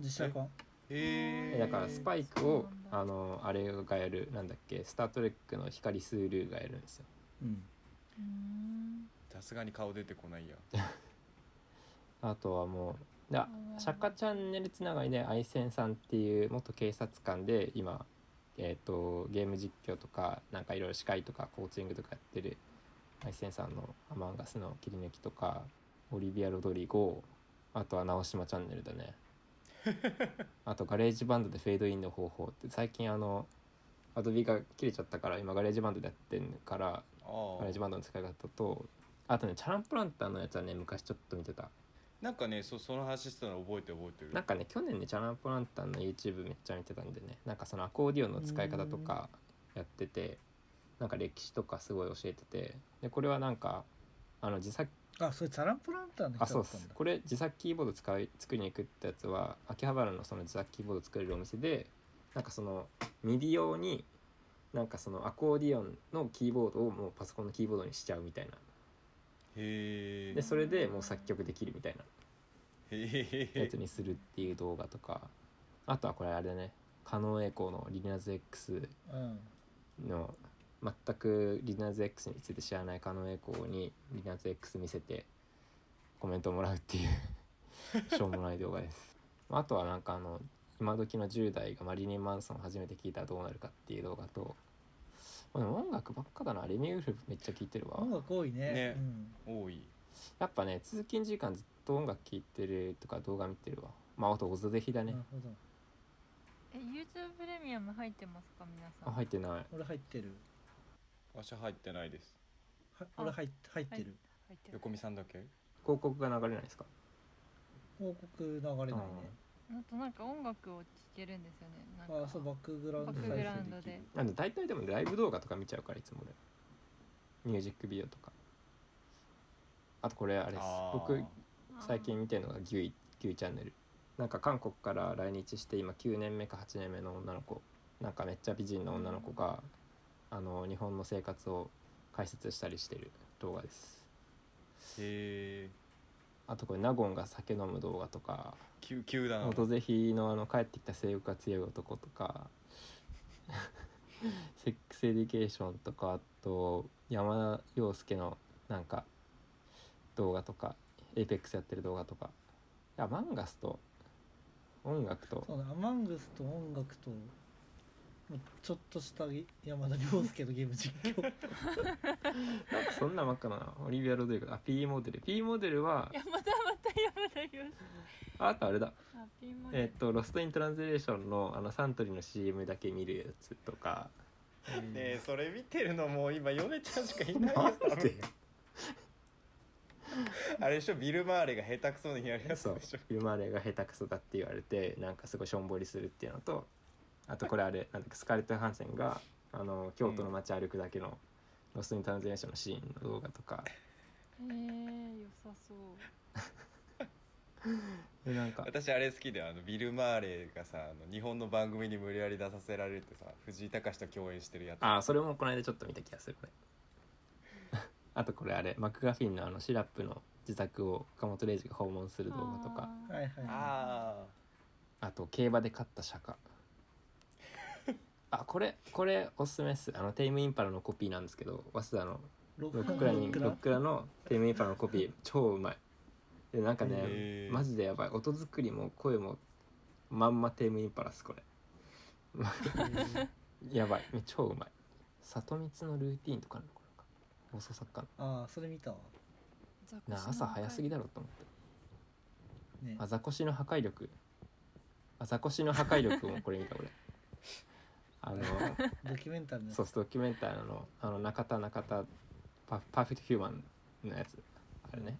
Speaker 4: 実写版
Speaker 2: へ
Speaker 1: え
Speaker 2: え
Speaker 1: だからスパイク
Speaker 8: そ
Speaker 1: を
Speaker 8: うなんだ
Speaker 1: あのあれがやるなんだっけ「スター・トレック」の光スールーがやるんですよ
Speaker 4: うん
Speaker 8: うーん
Speaker 2: さすがに顔出てこないや
Speaker 1: あとはもうあ
Speaker 8: うん
Speaker 1: 釈迦チャンネルつながりで愛ンさんっていう元警察官で今、えー、とゲーム実況とかなんかいろいろ司会とかコーチングとかやってる愛ンさんの「アマンガス」の切り抜きとかオリビア・ロドリゴあとは直島チャンネルだねあとガレージバンドでフェードインの方法って最近あのアドビが切れちゃったから今ガレージバンドでやってるから
Speaker 2: あ
Speaker 1: ガレージ
Speaker 2: あ
Speaker 1: バンドの使い方とあとねチャランポランターのやつはね昔ちょっと見てた
Speaker 2: なんかねそその話したの覚えてる覚えてる
Speaker 1: なんかね去年ねチャランポランタンの YouTube めっちゃ見てたんでねなんかそのアコーディオンの使い方とかやっててなんか歴史とかすごい教えててでこれはなんかあの自作
Speaker 4: あそれチャランポランタンの人
Speaker 1: あそ
Speaker 4: だ
Speaker 1: う
Speaker 4: っ
Speaker 1: で
Speaker 4: たん
Speaker 1: す
Speaker 4: だ
Speaker 1: これ自作キーボード使い作りに行くってやつは秋葉原のその自作キーボード作れるお店でなんかそのミディ用になんかそのアコーディオンのキーボードをもうパソコンのキーボードにしちゃうみたいな
Speaker 2: へ
Speaker 1: でそれでもう作曲できるみたいな
Speaker 2: えへ
Speaker 1: や
Speaker 2: え
Speaker 1: つにするっていう動画とかあとはこれあれだね狩野英孝のリナズ X
Speaker 4: うん
Speaker 1: の全くリナズ X について知らない狩野英孝にリナズ X 見せてコメントもらうっていうしょうもない動画ですあとはなんかあの今時の10代がマリリン・マンソンを初めて聞いたらどうなるかっていう動画とまあでも音楽ばっかだなレミウルフめっちゃ聞いてるわ
Speaker 4: 音楽多いね
Speaker 2: ね
Speaker 4: うん、
Speaker 2: 多い
Speaker 1: やっぱね通勤時間ずっと音楽聴いてるとか動画見てるわまああと「オズデヒ」だね
Speaker 4: なるほど
Speaker 8: え YouTube プレミアム入ってますか皆さ
Speaker 1: あ
Speaker 8: ん
Speaker 1: 入ってない
Speaker 4: 俺入ってる
Speaker 2: 私入ってないです
Speaker 4: は俺入っ入って
Speaker 8: 入って
Speaker 4: る
Speaker 8: る
Speaker 2: 横見さんだけ
Speaker 1: 広告が流れないですか
Speaker 4: 報告流れないね
Speaker 8: あとなんか音楽を聴けるんですよねなん
Speaker 4: あ
Speaker 8: か
Speaker 4: そうバックグラウンド
Speaker 8: バックグラウンド
Speaker 4: 再生
Speaker 8: で
Speaker 1: なんで大体でもねライブ動画とか見ちゃうからいつも俺ミュージックビデオとかあとこれあれです
Speaker 2: あー
Speaker 1: 僕最近見てるのがギュイギュイチャンネルなんか韓国から来日して今9年目か8年目の女の子なんかめっちゃ美人の女の子があの日本の生活を解説したりしてる動画です
Speaker 2: へえ
Speaker 1: あとこれ納言が酒飲む動画とか
Speaker 2: 急急だな
Speaker 1: 元ぜひのあの帰ってきた性欲が強い男とか セックスエディケーションとかあと山田洋介のなんか動画とかエイペックスやってる動画とかいやマンガスと音楽と
Speaker 4: そうねアマングスと音楽ともうちょっとした山田涼介のゲーム実 況
Speaker 1: なんかそんな真っ赤なオリビア・ロドリゴあ P モデル P モデルは
Speaker 8: 山田また山田よし
Speaker 1: ああとあれだ
Speaker 8: あピンモデル
Speaker 1: えっ、と「ロスト・イン・トランスレーションの」あのサントリーの CM だけ見るやつとか
Speaker 2: ねえそれ見てるのもう今米ちゃんしかいないよ
Speaker 1: なん
Speaker 2: 多分
Speaker 1: で
Speaker 2: あれでしょビル・マーレが下手くそにやるやつ
Speaker 1: そう
Speaker 2: でしょ
Speaker 1: 生まれが下手くそだって言われてなんかすごいしょんぼりするっていうのとあとこれあれなんだっけスカーレット・ハンセンがあの京都の街歩くだけの「ロスト・イン・タンゼーション」のシーンの動画とか
Speaker 8: えー、良さそう
Speaker 1: でなんか
Speaker 2: 私あれ好きだよあのビル・マーレがさあの日本の番組に無理やり出させられてさ藤井隆と共演してるやつ
Speaker 1: ああそれもこの間ちょっと見た気がするね あとこれあれマクガフィンのあのシラップの自宅を岡本零士が訪問する動画とか
Speaker 8: あ
Speaker 4: はいはいは
Speaker 2: あ
Speaker 1: あと競馬で勝った 釈迦あこれこれおすすめですあのテイムインパラのコピーなんですけど早稲田の
Speaker 4: いロ
Speaker 1: ロッ
Speaker 4: ッ
Speaker 1: クラ
Speaker 4: ク
Speaker 1: にロックラのテイムインパのコピー超うまいでなんかね
Speaker 2: へえ
Speaker 1: マジでやばい音作りも声もまんまテイムインパラスこれやばい超うまい里光のルーティンとかあるのかな放送作家
Speaker 4: ああそれ見たわ
Speaker 1: のな朝早すぎだろと思って
Speaker 4: ね
Speaker 1: あざこしの破壊力あざこしの破壊力もこれ見た俺あの
Speaker 4: ドキュメンタリーのやつ
Speaker 1: そうそうドキュメンタリーのあの中田中田パパーフェクトヒューマンのやつあれね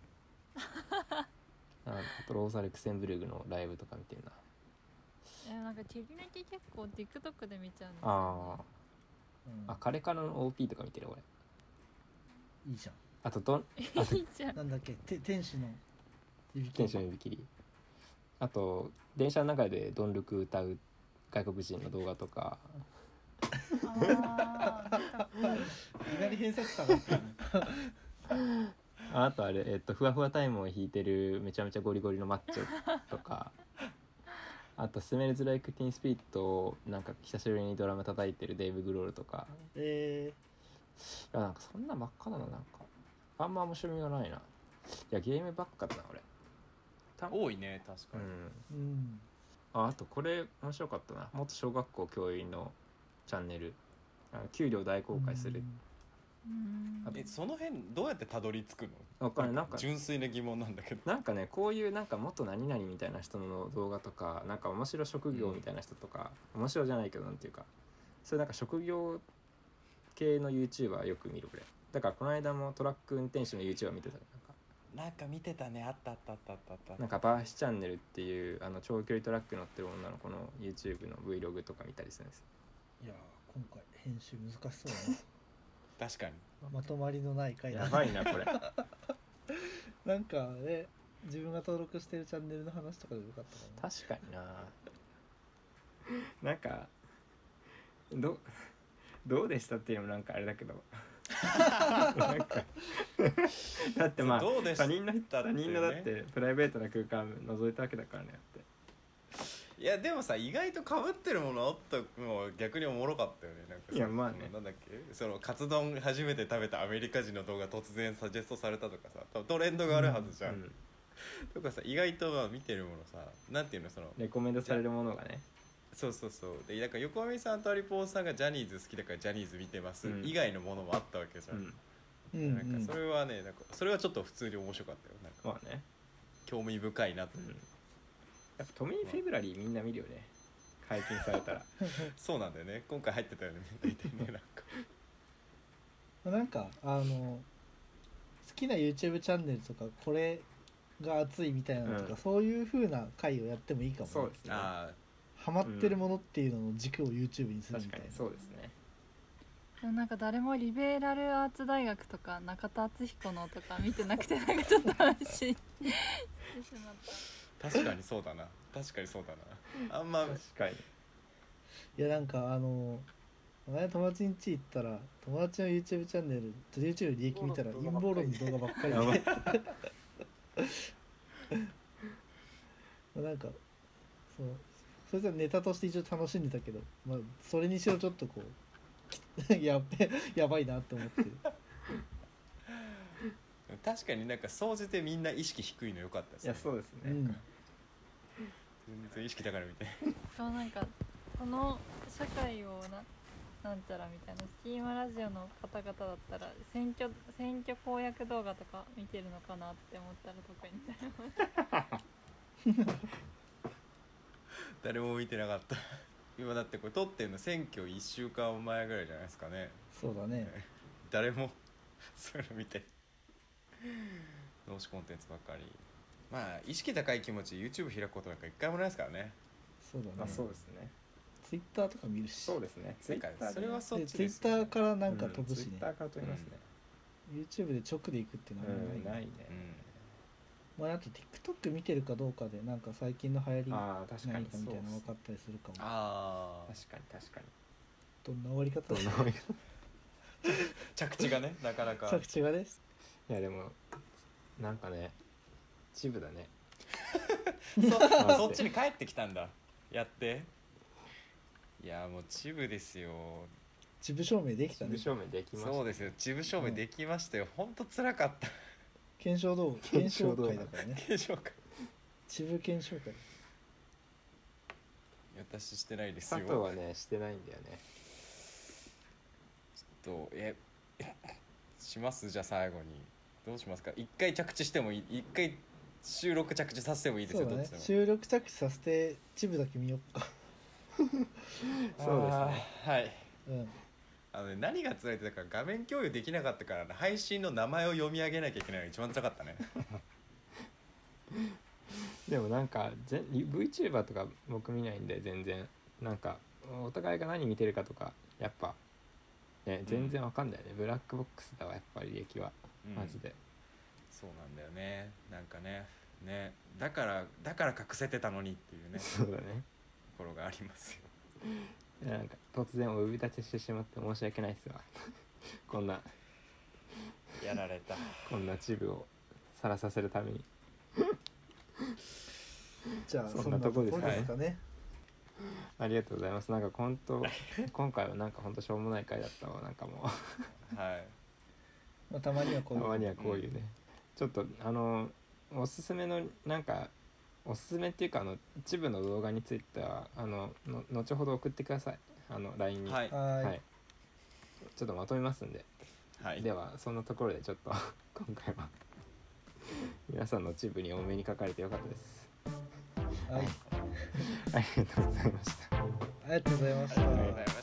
Speaker 1: あとローザル・クセンブルグのライブとか見てるな
Speaker 8: えなんか切り抜き結構 TikTok で見ちゃうんです
Speaker 1: あ
Speaker 8: よ、
Speaker 4: うん
Speaker 1: ーあカレカラの OP とか見てる俺
Speaker 4: いいじゃん
Speaker 1: あとドン
Speaker 8: ね、いいじゃん
Speaker 4: なんだっけて天使の指
Speaker 1: テンション指切りあと電車の中でドンルク歌う外国人の動画とか
Speaker 8: あー見たことない
Speaker 4: いなり偏差値下 がったね
Speaker 1: ああとあれ、えっと、ふわふわタイムを弾いてるめちゃめちゃゴリゴリのマッチョとかあと「スメルズ・ライク・ティン・スピリット」をなんか久しぶりにドラム叩いてるデイブ・グロールとか
Speaker 4: え
Speaker 1: いやなんかそんな真っ赤だななんかあんま面白みがないないやゲームばっかだな俺
Speaker 2: 多いね確か
Speaker 1: う
Speaker 2: に、
Speaker 1: ん
Speaker 4: うん。
Speaker 1: ああとこれ面白かったな元小学校教員のチャンネルあの給料大公開する
Speaker 8: うん
Speaker 1: あと
Speaker 2: えその辺どうやってたどり着くの
Speaker 1: わかんないなんか
Speaker 2: 純粋な疑問なんだけど
Speaker 1: なんかねこういうなんか元何々みたいな人の動画とかなんか面白職業みたいな人とか、面白じゃないけどなんていうかそういうなんか職業系の YouTuber よく見る俺だからこの間もトラック運転手の YouTuber 見てたなんか
Speaker 2: なんか見てたねあったあったあったあったあった
Speaker 1: なんかバーシチャンネルっていうあの長距離トラック乗ってる女の子の YouTube の Vlog とか見たりするんです
Speaker 4: いやー、今回、編集難しそうだ
Speaker 2: 確かに
Speaker 4: な。まとまりのない回だ
Speaker 1: や
Speaker 4: な
Speaker 1: ばいなこれ
Speaker 4: なんかね、自分が登録してるチャンネルの話とかでもよかったかな。
Speaker 1: 確かにな なんかどどうでしたっていうのもなんかあれだけどなんかだってまあ
Speaker 2: どうでした
Speaker 1: 他人の
Speaker 2: っていうね
Speaker 1: 他人のだってプライベートな空間覗いたわけだからねって
Speaker 2: いやでもさ意外とかぶってるものあったのは逆におもろかったよねなんかその
Speaker 1: いやまあね
Speaker 2: なんだっけそのカツ丼初めて食べたアメリカ人の動画突然サジェストされたとかさ多分トレンドがあるはずじゃん、
Speaker 1: うん
Speaker 2: とかさ意外とまあ見てるものさなんていうのその
Speaker 1: レコメンドされるものがね
Speaker 2: そうそうそうでなんか横上さんとアリポーさんがジャニーズ好きだからジャニーズ見てます、
Speaker 1: うん
Speaker 2: 以外のものもあったわけじゃ、
Speaker 1: うんん
Speaker 4: うん
Speaker 2: なんかそれはねなんかそれはちょっと普通に面白かったよなんか
Speaker 1: まあね
Speaker 2: 興味深いなと
Speaker 1: う
Speaker 2: 思
Speaker 1: ん
Speaker 2: う、
Speaker 1: やっぱトミー・フェブラリーみんな見るよね解禁され たら
Speaker 2: そうなんだよね今回入ってたよね大体 ねなんか
Speaker 4: うんなんか、あの、好きな YouTube チャンネルとか、これが熱いみたいなのとか、
Speaker 1: うん
Speaker 4: そういう風な回をやってもいいかもね。
Speaker 1: そうですね
Speaker 2: ああ
Speaker 4: ハマってるものっていうのの軸を YouTube にする
Speaker 1: 確
Speaker 4: みた
Speaker 1: か
Speaker 4: いな
Speaker 1: に。そうですね
Speaker 8: でもなんか誰もリベラルアーツ大学とか中田敦彦のとか見てなくてなんかちょっと安心してしまった
Speaker 2: 確かにそうだな確かにそうだなあんま
Speaker 1: 確かに
Speaker 4: いやなんかあの前友達ん家行ったら友達の YouTube チャンネルと YouTube 利益見たら陰謀論の動画ばっかりで まあなんかそうそれじゃネタとして一応楽しんでたけど、まあ、それにしろちょっとこう やっべやばいなって思ってる
Speaker 2: 確かになんか総じてみんな意識低いの良かったです
Speaker 1: いやそうです
Speaker 4: う
Speaker 1: ね、
Speaker 4: ん
Speaker 2: 全然意識高いみたい
Speaker 8: でもなんかこの社会をななんちゃらみたいなスキーマラジオの方々だったら選挙選挙公約動画とか見てるのかなって思ったら特にね
Speaker 2: 誰も見てなかった今だってこれ撮ってるの選挙1週間前ぐらいじゃないですかね
Speaker 4: そうだね
Speaker 2: 誰も そういうの見て脳死コンテンツばっかりまあ意識高い気持ち YouTube 開くことなんか一回もないですからね
Speaker 4: そうだね、
Speaker 1: まあそうですね
Speaker 4: Twitter とか見るし
Speaker 1: そうですねツ
Speaker 2: な
Speaker 1: イ
Speaker 2: ん
Speaker 1: ッ
Speaker 2: か
Speaker 1: ター
Speaker 2: それはそっ
Speaker 4: で
Speaker 2: ちです
Speaker 4: Twitter からなんか飛ぶし
Speaker 1: ツイ
Speaker 4: ね
Speaker 1: ッ、ターから飛びますね、
Speaker 4: YouTube で直で行くっていうのはあんま
Speaker 1: うん、
Speaker 4: ない
Speaker 1: ないね、
Speaker 4: まあ、あと TikTok 見てるかどうかでなんか最近の流行り何か
Speaker 1: ああ確かに
Speaker 4: み
Speaker 1: そう
Speaker 4: たい
Speaker 1: で
Speaker 4: な
Speaker 1: す
Speaker 4: の分
Speaker 1: ね
Speaker 4: かったりするかも
Speaker 2: ああ
Speaker 1: 確かに確かに
Speaker 4: どんな終わり方だ
Speaker 2: 着地がねなかな か
Speaker 4: 着地がです
Speaker 1: いやでもなんかねチブだね
Speaker 2: そそっちに帰ってきたんだやっていやもうチブですよ
Speaker 4: 自分証明でき
Speaker 1: チ
Speaker 4: たね
Speaker 1: ブ証明できました
Speaker 2: そうですよチブ証明できましたよ、ほんとつらかった
Speaker 4: 検証動画検証会だからね
Speaker 2: でしょうか
Speaker 4: 自分検証会
Speaker 2: 私してないです
Speaker 1: 佐
Speaker 2: よ
Speaker 1: 藤はねしてないんだよね
Speaker 2: ちょっとえしますじゃあ最後にどうしますか一回着地してもいい一回収録着地させてもいいです
Speaker 4: そ
Speaker 2: よ
Speaker 4: うだ
Speaker 2: ど
Speaker 4: ね
Speaker 2: っちでも
Speaker 4: 収録着地させてチブだけ見よっか
Speaker 1: そうです
Speaker 2: あ
Speaker 1: ね
Speaker 2: ーはい
Speaker 4: うん
Speaker 2: あのね、何が辛いってだから画面共有できなかったから配信の名前を読み上げなきゃいけないのが一番辛かったね
Speaker 1: でもなんかぜん VTuber とか僕見ないんで全然なんかお互いが何見てるかとかやっぱね全然わかんないね、ブラックボックスだわやっぱり利益は
Speaker 2: うん
Speaker 1: マジで、
Speaker 2: そうなんだよねなんかねねだからだから隠せてたのにってい うね
Speaker 1: そうだね
Speaker 2: ところがありますよ
Speaker 1: なんか突然お呼び立てしてしまって申し訳ないっすわこんな
Speaker 2: やられた
Speaker 1: こんなチブをさらさせるために
Speaker 4: じゃあ
Speaker 1: そんな
Speaker 4: そんなと
Speaker 1: と
Speaker 4: こ
Speaker 1: こです
Speaker 4: ろで
Speaker 1: ね
Speaker 4: すかね
Speaker 1: ありがとうございますなんか本当今回はなんか本当しょうもない回だったわなんかもう
Speaker 2: はい
Speaker 4: まあ、たまにはこう
Speaker 1: たま
Speaker 4: いう
Speaker 1: にはこういうね、ちょっとあのおすすめのなんかおすすめっていうかあの一部の動画についてはあのの後ほど送ってくださいあの LINE に、
Speaker 2: はい
Speaker 4: はーい
Speaker 1: はいちょっとまとめますんで、
Speaker 2: はい
Speaker 1: ではそんなところでちょっと 今回は皆さんの一部に多めに書かれてよかったです
Speaker 4: はい、
Speaker 1: ありがとうございました
Speaker 4: ありがとうございました。
Speaker 2: ありがとうございました